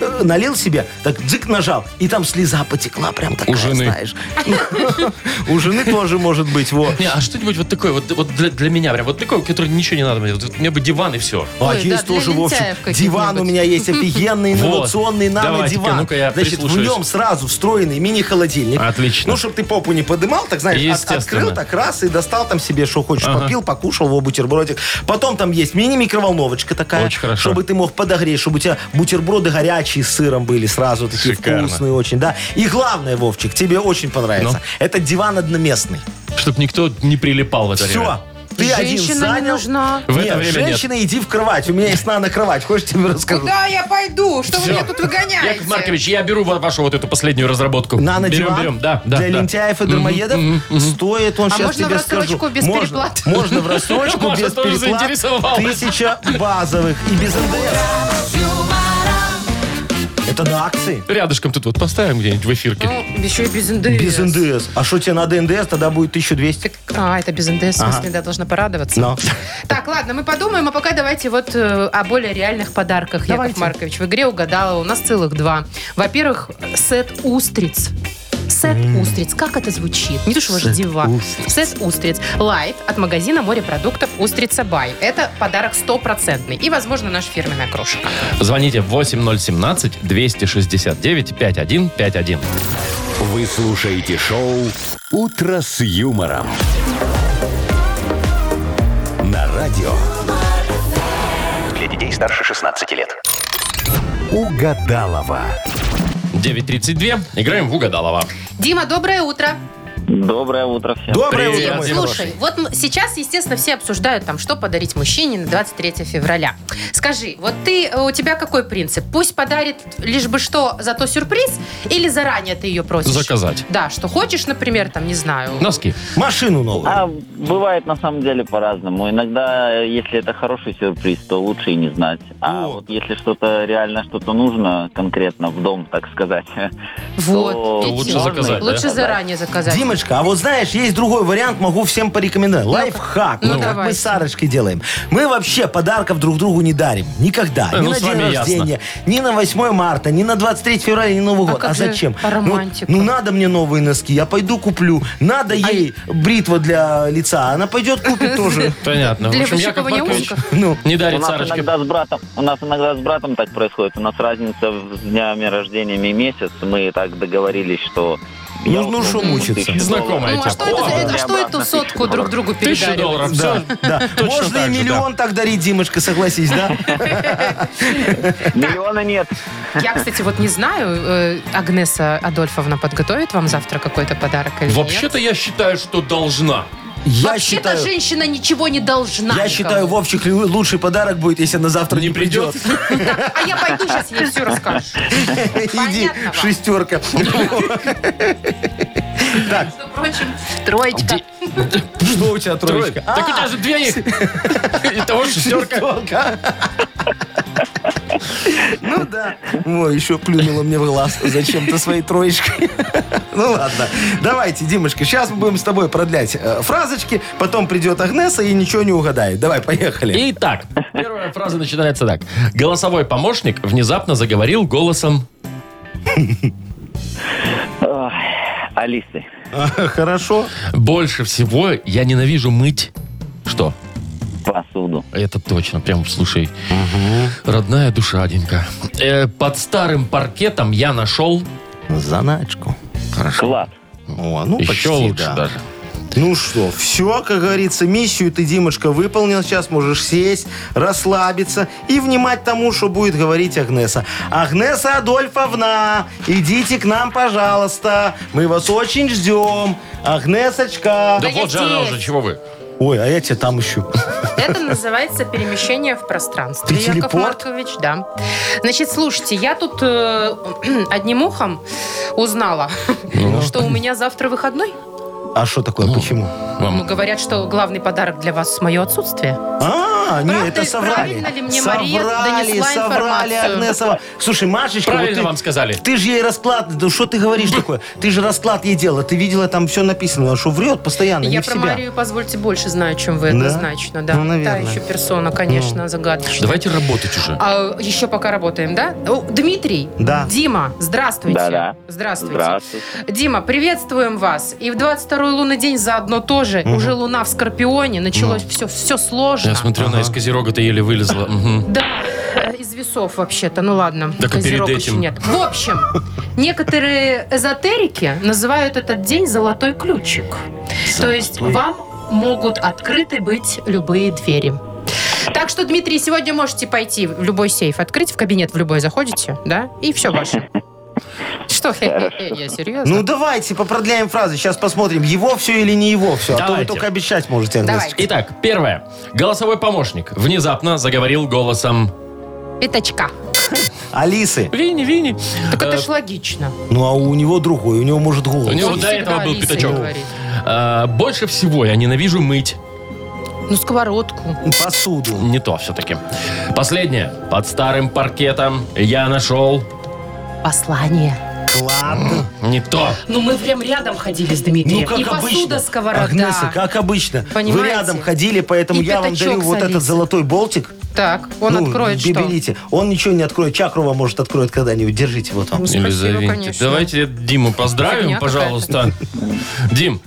Э, Налил себе, так дзык нажал, и там слеза потекла прям такая, У жены. знаешь. У жены тоже может быть, вот. Не, а что-нибудь вот такое, вот, вот для, для меня прям, вот такое, который ничего не надо, мне, вот мне бы диван и все. А Ой, да, есть для тоже, в общем, лентяев каких-нибудь. диван у меня есть офигенный инновационный Вот. Давайте-ка, нано-диван. ну-ка я Значит, в прислушаюсь. нем сразу встроенный мини-холодильник. Отлично. Ну, чтобы ты попу не подымал, так знаешь, от- Естественно. открыл так раз и достал там себе, что хочешь, Ага. попил, покушал, во бутербродик. Потом там есть мини-микроволновочка такая, Очень хорошо. чтобы ты мог подогреть, чтобы у тебя бутерброды горячие с сыром были сразу такие Шикарно. вкусные очень, да. И главное, Вовчик, тебе очень понравится. Ну? Это диван одноместный. Чтобы никто не прилипал в это Все. время. Ты один Женщина не занял. нужна. В нет, это время нет. женщина, иди в кровать. У меня есть нано-кровать. Хочешь, тебе расскажу? Куда я пойду? Что Всё. вы меня тут выгоняете? Яков Маркович, я беру ва- вашу вот эту последнюю разработку. берем, Нано-диван берем, да, да. для да. лентяев и дармоедов стоит, он А сейчас можно в тебе скажу. рассрочку без можно, переплат? Можно в рассрочку Маша без тоже переплат. заинтересовалась. Тысяча базовых и без НДС. Это на акции? Рядышком тут вот поставим где-нибудь в эфирке. Ну, еще и без НДС. Без ндс. А что тебе надо ндс, тогда будет 1200. Так, а, это без НДС, в Ага. Ну, смысле, да, должна порадоваться. Но. Так, ладно, мы подумаем, а пока давайте вот э, о более реальных подарках, Давайте. Яков Маркович. В игре угадала у нас целых два. Во-первых, сет устриц. Сет устриц. Как это звучит? Не то, что Сет дива. устриц. Сет устриц. Лайт от магазина морепродуктов «Устрица Бай». Это подарок стопроцентный. И, возможно, наша фирменная крошка. Звоните 8017-269-5151. Вы слушаете шоу «Утро с юмором». На радио Для детей старше 16 лет. «Угадалова». 9.32. Играем в Угадалова. Дима, доброе утро. Доброе утро всем. Доброе Привет, утро, мой Дима. хороший. Слушай, вот м- сейчас, естественно, все обсуждают там, что подарить мужчине на 23 февраля. Скажи, вот ты, э, у тебя какой принцип? Пусть подарит лишь бы что, зато сюрприз, или заранее ты ее просишь? Заказать. Да, что хочешь, например, там, не знаю. Носки. Машину новую. А бывает на самом деле по-разному. Иногда, э, если это хороший сюрприз, то лучше и не знать. А Вот. вот, если что-то реально что-то нужно конкретно в дом, так сказать. то Вот, видите? лучше заказать, да? Ну, Лучше заранее заказать. Димочка, а вот знаешь, есть другой вариант, могу всем порекомендовать. Лайфхак. ну вот как давайте. мы с Сарочкой делаем. Мы вообще подарков друг другу не дарим. Никогда. Э, ни ну, на с день вами ясно. рождения, ни на 8 марта, ни на 23 февраля, ни на Новый А год. как А же зачем? по Ну, романтикам? Ну, надо мне новые носки, я пойду куплю. А Надо ей бритва для лица, а она пойдет купит тоже. Понятно. В Для общем, Яков выщипывания Маркович ушков. Ну, не У дарит нас Сарочке. иногда с братом, у нас иногда с братом так происходит. У нас разница в- с днями рождениями и месяц. Мы так договорились, что я Ну, ну, вот шо должен мучиться? тысячу долларов. Знакомая Ну, а что это, О, за- это- да. что эту сотку друг другу Тысячу передарили? долларов. да, Все. да. Точно Можно и так же, да. миллион так дарить, Димочка, согласись, да? Миллиона нет. Я, кстати, вот не знаю, э, Агнеса Адольфовна подготовит вам завтра какой-то подарок или нет? Вообще-то я считаю, что должна. Я Вообще-то считаю... женщина ничего не должна. Я никому. считаю, Вовчик, лю- лучший подарок будет, если она завтра не, Не придет. А я пойду сейчас ей все расскажу. Иди, Понятно вам. шестерка. Между прочим, троечка. Что у тебя Трое. троечка? Так у тебя же две их. Итого шестерка. Ну да. Ой, еще плюнула мне в глаз зачем-то своей троечкой. Ну ладно. Давайте, Димочка, сейчас мы будем с тобой продлять э, фразочки, потом придет Агнеса и ничего не угадает. Давай, поехали. Итак, первая фраза начинается так. Голосовой помощник внезапно заговорил голосом... Ой, Алисы. А, Хорошо. Больше всего я ненавижу мыть... Что? Посуду. Это точно, прям слушай. Родная душа, Динка. Э, под старым паркетом я нашел... Заначку. Клад. О, ну Еще почти, лучше да. даже. Ну что, все, как говорится, миссию ты, Димочка, выполнил. Сейчас можешь сесть, расслабиться и внимать тому, что будет говорить Агнеса. Агнеса Адольфовна, идите к нам, пожалуйста. Мы вас очень ждем. Агнесочка. Да я вот же она здесь. уже, чего вы? Ой, а я тебя там ищу. Это называется перемещение в пространстве. Ты телепорт? Маркович, да. Значит, слушайте, я тут э, одним ухом узнала, Ну. что у меня завтра выходной. А что такое, почему? Ну, Вам говорят, что главный подарок для вас мое отсутствие. А, Правда, не, это соврали. правильно ли мне соврали, Мария донесла соврали, информацию? Агнесова. Слушай, Машечка, вот Правильно ты- вам сказали. Ты же ей расклад... Да что ты говоришь такое? Ты же расклад ей делала. Ты видела, там все написано. Она что, врет постоянно, не Я в про А, ну, себя. Марию, позвольте, больше знаю, чем вы, Да? однозначно. Да, Ну, наверное. Ну. Та еще персона, конечно, загадочная. Давайте работать уже. А, еще пока работаем, да? О, Дмитрий. Да. Дима, здравствуйте. Да-да. Здравствуйте. Здравствуйте. Дима, приветствуем вас. И в 22-й лунный день заодно тоже. Уже луна в Скорпионе. Началось все, все сложно. Ну. Я смотрю, она из козерога-то еле вылезла. Мгм. Да, э, из весов вообще-то, ну ладно. Так и перед Козерог этим. еще нет. В общем, некоторые эзотерики называют этот день «золотой ключик». То есть вам могут открыты быть любые двери. Так что, Дмитрий, сегодня можете пойти в любой сейф открыть, в кабинет в любой заходите, да, и все ваше. Что, я серьезно? Ну давайте попродляем фразы. Сейчас посмотрим, его все или не его все. А то вы Давайте. только обещать можете, Агнесочка. Давайте. Итак, первое. Голосовой помощник внезапно заговорил голосом Пятачка. Алисы. «Винни, Винни». Так это Э, ж логично. Ну а у него другой, у него может голос. У него Он до всегда этого был Алиса пятачок. говорит. э, Больше всего я ненавижу мыть. Ну, сковородку. Посуду. Не то все-таки. Последнее. Под старым паркетом я нашел... послание. Клад. Не то. Ну, мы прям рядом ходили с Ну, Дмитрием. и посуда, сковорода. Агнеса, как обычно. Вы Понимаете? рядом ходили, поэтому И я вам пятачок дарю вот солить. этот золотой болтик. Так, он Ну, откроет бибелите. Он ничего не откроет. Чакру вам, может, откроет когда-нибудь. Держите, вот вам. Ну, спасибо, Елизавете. конечно. Давайте Диму поздравим, Фигня какая-то. пожалуйста. Дим,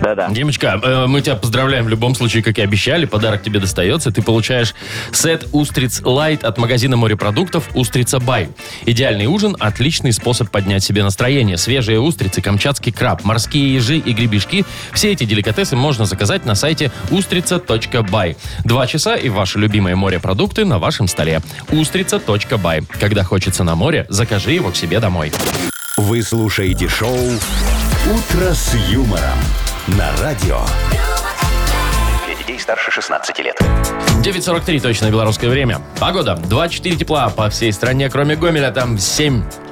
Да-да. Димочка, э, мы тебя поздравляем в любом случае, как и обещали. Подарок тебе достается. Ты получаешь сет устриц лайт от магазина морепродуктов «Устрица Бай». Идеальный ужин – отличный способ поднять себе настроение. Свежие устрицы, камчатский краб, морские ежи и гребешки – все эти деликатесы можно заказать на сайте устрица.бай. Два часа и ваши любимые морепродукты на вашем столе. устрица.бай. Когда хочется на море, закажи его к себе домой. Вы слушаете шоу «Утро с юмором» на радио. Для детей старше 16 лет. 9.43 точное белорусское время. Погода. 2-4 тепла по всей стране, кроме Гомеля. Там 7. что.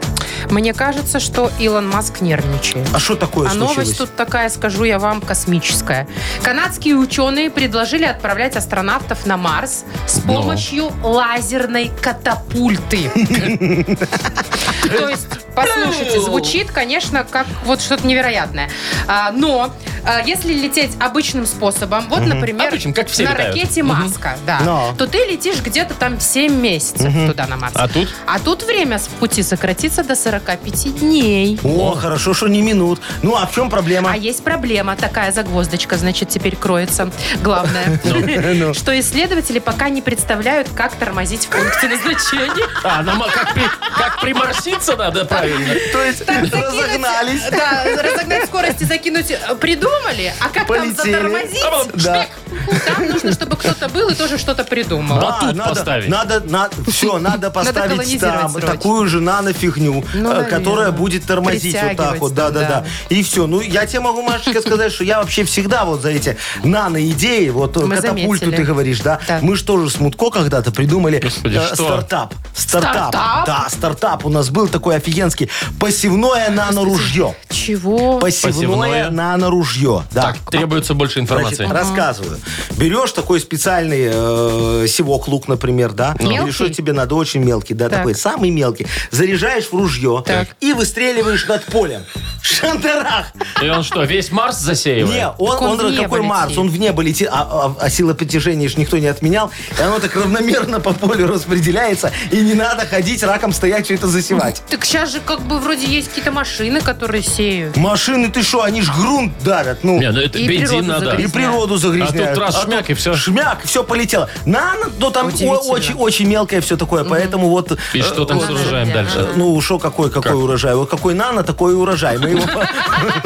Мне кажется, что Илон Маск нервничает. А что такое А новость случилось? тут такая, скажу я вам, космическая. Канадские ученые предложили отправлять астронавтов на Марс с Ну. помощью лазерной катапульты. То есть, послушайте, звучит, конечно, как вот что-то невероятное. А, Но а, если лететь обычным способом, вот, например, Обычным, как все на летают. ракете Мгм. Маска, да, Но. то ты летишь где-то там 7 месяцев туда на Марс. А тут? А тут время в пути сократится до 45 дней. О, хорошо, что не минут. Ну, а в чем проблема? А есть проблема, такая загвоздочка, значит, теперь кроется. Главное, Ну, что исследователи пока не представляют, как тормозить в пункте назначения. А, нам как, при, как приморситься надо правильно. То есть разогнались. Да, разогнать скорость и закинуть э, придумали, а как там Полетели. затормозить? А потом да. Шпик. Там нужно, чтобы кто-то был и тоже что-то придумал. Батут А, надо, поставить. Надо, все, надо поставить колонизировать там срочно. такую же нанофигню, Ну, э, которая наверное. будет тормозить вот так Притягивать вот. Да, там, да, да. да. И все. Ну, я тебе могу, Машечка, сказать, что я вообще всегда вот за эти нано-идеи, вот э, Мы катапульту заметили. ты говоришь, да? Да. Мы же тоже с Мутко когда-то придумали Господи, э, что? стартап. Стартап. Стартап? Да, стартап у нас был такой офигенский. Посевное нано-ружье. Чего? Посевное Посевное. нано-ружье. Да. Так, требуется больше информации. Значит, рассказываю. Берешь такой специальный э, севок, лук, например, да? Мелкий? Или что тебе надо, очень мелкий, да, Так. такой, самый мелкий. Заряжаешь в ружье Так. и выстреливаешь над полем. Шандарах! И он что, весь Марс засеивает? Не, он, Так он он в небо какой летит. Марс, он в небо летит, а, а- а сила притяжения ж никто не отменял, и оно так равномерно по полю распределяется, и не надо ходить раком стоять, все это засевать. Так сейчас же как бы вроде есть какие-то машины, которые сеют. Машины, ты что, они ж грунт дарят, ну. Не, ну это И бензин природу надо. И загрязнять. природу А загрязняют. тут раз шмяк, и всё. Шмяк, все полетело. Нано, ну там Удивительно. очень-очень мелкое все такое, поэтому вот... И э, что там вот, с урожаем Ага. дальше? э, Ну, шо, какой, какой урожай? Вот какой нано, такой и урожай. Мы его,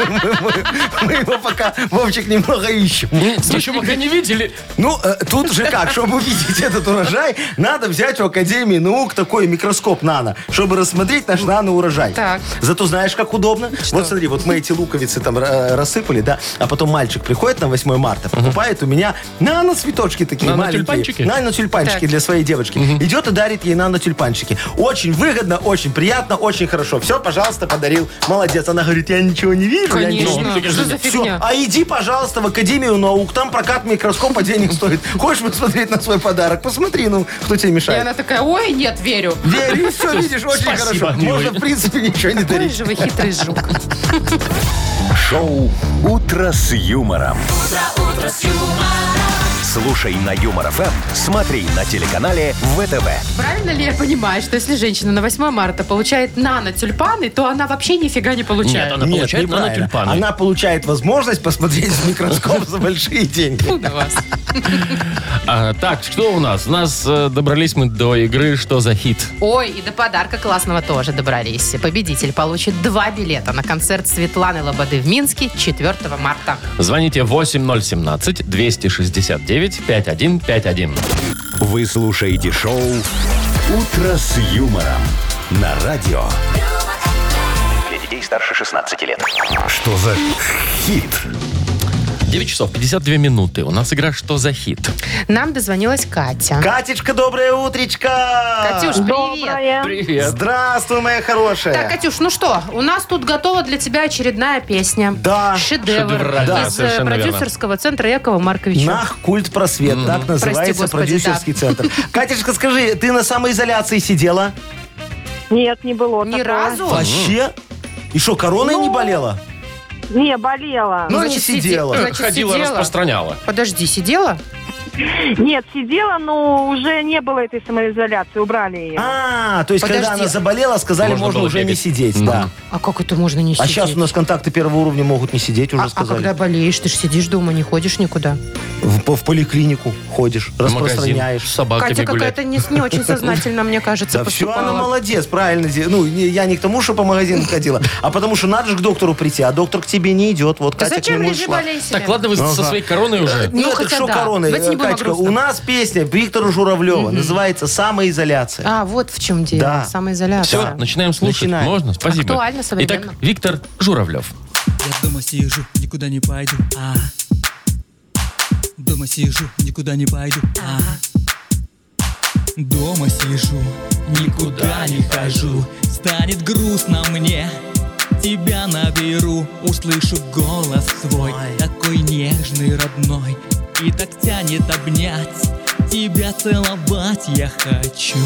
мы его пока, Вовчик, немного ищем. Мы еще пока не видели. Ну, э, тут же как, чтобы увидеть этот урожай, надо взять у Академии наук такой микроскоп нано, чтобы рассмотреть наш нано-урожай. Так. Зато знаешь, как удобно? Вот смотри, вот мы эти луковицы там э, рассыпали, да, а потом мальчик приходит на 8 марта, покупает у меня нано-цветочки такие маленькие. Нано-тюльпанчики? Нано-тюльпанчики Так. для своей девочки. Идет и дарит ей нано-тюльпанчики. Очень выгодно, очень приятно, очень хорошо. Все, пожалуйста, подарил. Молодец. Она говорит, я ничего не вижу. я ничего Ну, Конечно. так и Что же за нет. все, фигня? а иди, пожалуйста, в Академию наук. Там прокат микроскопа денег стоит. Хочешь посмотреть на свой подарок? Посмотри, ну, кто тебе И мешает. она такая, ой, нет, верю. Верю, все, видишь, очень Спасибо, хорошо. милый. Можно, в принципе, ничего не Какой дарить. же вы хитрый жук. Шоу «Утро с юмором». Слушай на Юмор ФМ, смотри на телеканале ВТВ. Правильно ли я понимаю, что если женщина на 8 марта получает нано-тюльпаны, то она вообще нифига не Нет, получает? она получает неправильно. нано-тюльпаны. Она получает возможность посмотреть в микроскоп за большие деньги. Фу на вас. А, так, что у нас? У нас э, добрались мы до игры «Что за хит?». Ой, и до подарка классного тоже добрались. Победитель получит два билета на концерт Светланы Лободы в Минске 4 марта. Звоните 8017-269-5151. Вы слушаете шоу «Утро с юмором» на радио. Для детей старше 16 лет. Что за хит? 9 часов 52 минуты. У нас игра «Что за хит?». Нам дозвонилась Катя. Катечка, доброе утречко! Катюш, привет. Привет. Здравствуй, моя хорошая. Так, Катюш, ну что, у нас тут готова для тебя очередная песня. Да. Шедевр Шедевральная, из э, совершенно верно. продюсерского центра Якова Марковича. Нах культ просвет, так называется господи, продюсерский центр. Катюшка, скажи, ты на самоизоляции сидела? Нет, не было Ни такого. разу? Вообще? И что, короной Ну, не болела? Не, болела. Ну, не значит, сиди- сидела. значит, Э, Ходила, сидела. распространяла. Подожди, сидела? Нет, сидела, но уже не было этой самоизоляции, убрали ее. А, то есть, когда Подожди. она заболела, сказали, Можно можно, было уже не бегать. сидеть, Ну. да. А как это можно не А сидеть? сейчас у нас контакты первого уровня могут не сидеть, уже А- а сказали. когда болеешь, ты же сидишь дома, не ходишь никуда. В, по- в поликлинику ходишь, В магазин С распространяешь. собаками Катя А гулять. какая-то не, с- не очень сознательно, мне кажется, Да все, она поступала. молодец, правильно. де- Ну, не- я не к тому, что по магазинам ходила, а потому что надо же к доктору прийти, а доктор к тебе не идет. Вот Да Катя к зачем нему и лежи шла. болей себе? Так, ладно, вы со Ага. своей короной уже. Ну, Нет, так хотя что да. короной, Давайте не будем о Катечка, э, у грустном. нас песня Виктора Журавлева, называется «Самоизоляция». А, вот в чем дело. Да. Самоизоляция. Все, начинаем слушать. Начинаем. Можно? Спасибо. Актуально, современно. Итак, Виктор Журавлев. Я дома сижу, никуда не пойду. а. Дома сижу, никуда не пойду. а. Дома сижу, никуда не хожу. Станет грустно мне. Тебя наберу, услышу голос свой, такой нежный, родной, и так тянет обнять, тебя целовать я хочу,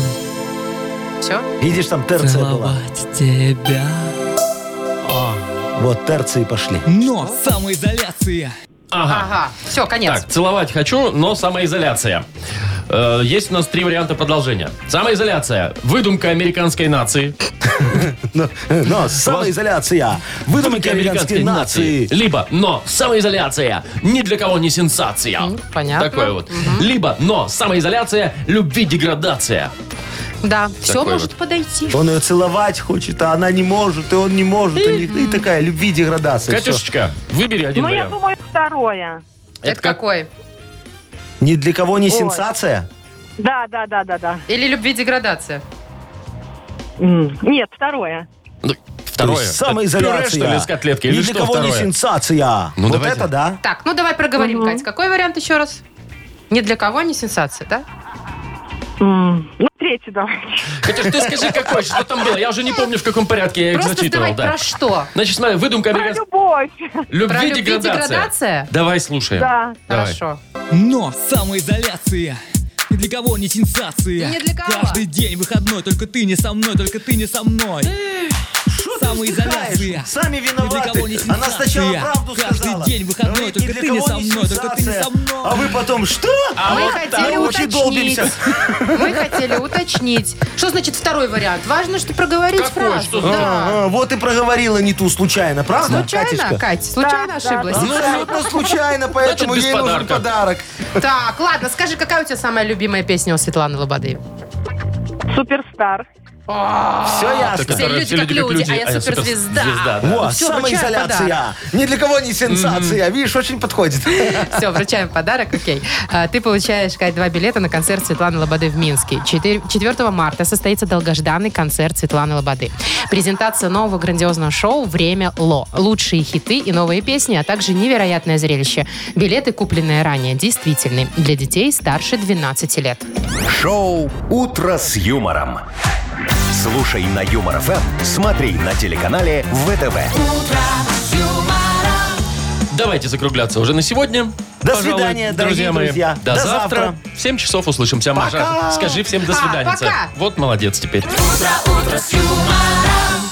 Все? Видишь, там терция была. целовать тебя. Вот терции пошли. Но самоизоляция. Ага. Ага, все, конец. Так, целовать хочу, но самоизоляция. Э, Есть у нас три варианта продолжения. Самоизоляция. Выдумка американской нации. Но, но самоизоляция. Выдумки американской нации. Либо, но самоизоляция ни для кого не сенсация. Ну, понятно. Такое вот. Либо, но самоизоляция, любви деградация. Да, все Такой может вот. подойти. Он ее целовать хочет, а она не может, и он не может. И, не- и такая любви деградация. всё. Катюшечка, выбери один Ну, я вариант. думаю, второе. Это, как- какой? Ни для кого не Ой. сенсация. Да, да, да, да, да. Или любви деградация? М, Нет, второе. Ну, Второе. То есть Это пюре, что ли, самоизоляция. из котлетки? Ни Или для что кого не второе? сенсация. Ну, вот давайте. это да. Так, ну давай проговорим, Кать. Какой вариант еще раз? Ни для кого не сенсация, да? М, Ну, третье давайте. Катюш, ты скажи, какой, что там было? Я уже не помню, в каком порядке я их Просто зачитывал. давай да. про что? Значит, смотри, выдумка Про американской... любовь. Любви, Про любви деградация. деградация? Давай слушаем. Да. Давай. Хорошо. Но самоизоляция ни для кого не сенсация. Ни для кого. Каждый день выходной, только ты не со мной, только ты не со мной. Что ты Самоизоляция. вздыхаешь? Сами Ни для кого не виноваты. сенсация. Она сначала правду Каждый сказала. день выходной, Говорит, только ни для ты не кого со мной, только ты не сенсация. со мной. А вы потом что? А Мы вот хотели так вот и уточнить. долбимся. Мы хотели уточнить. Что значит второй вариант? Важно, что проговорить Какой? фразу. Что Да. А, а, вот и проговорила не ту случайно, правда, Случайно, Катюшка? Кать? Случайно Да, ошиблась? Ну, абсолютно случайно, поэтому Ну, без ей нужен подарка. подарок. Так, ладно, скажи, какая у тебя самая любимая песня у Светланы Лободы? Суперстар. А, Все ясно. Все люди как люди, а я суперзвезда. суперзвезда, да. Во, Всё, самоизоляция. Ни для кого не сенсация. Видишь, очень подходит. Все, вручаем подарок, окей. А, Ты получаешь, Кать, два билета на концерт Светланы Лободы в Минске. Четыр- 4 марта состоится долгожданный концерт Светланы Лободы. Презентация нового грандиозного шоу «Время Ло». Лучшие хиты и новые песни, а также невероятное зрелище. Билеты, купленные ранее, действительны для детей старше 12 лет. Шоу «Утро с юмором». Слушай на Юмор ФМ, смотри на телеканале ВТВ. Давайте закругляться уже на сегодня. До Пожалуй, свидания, дорогие мои. друзья. До, До завтра. завтра. В 7 часов услышимся, Маша. Пока. Скажи всем до А, свидания. пока. Вот молодец теперь. Утро, утро с юмором.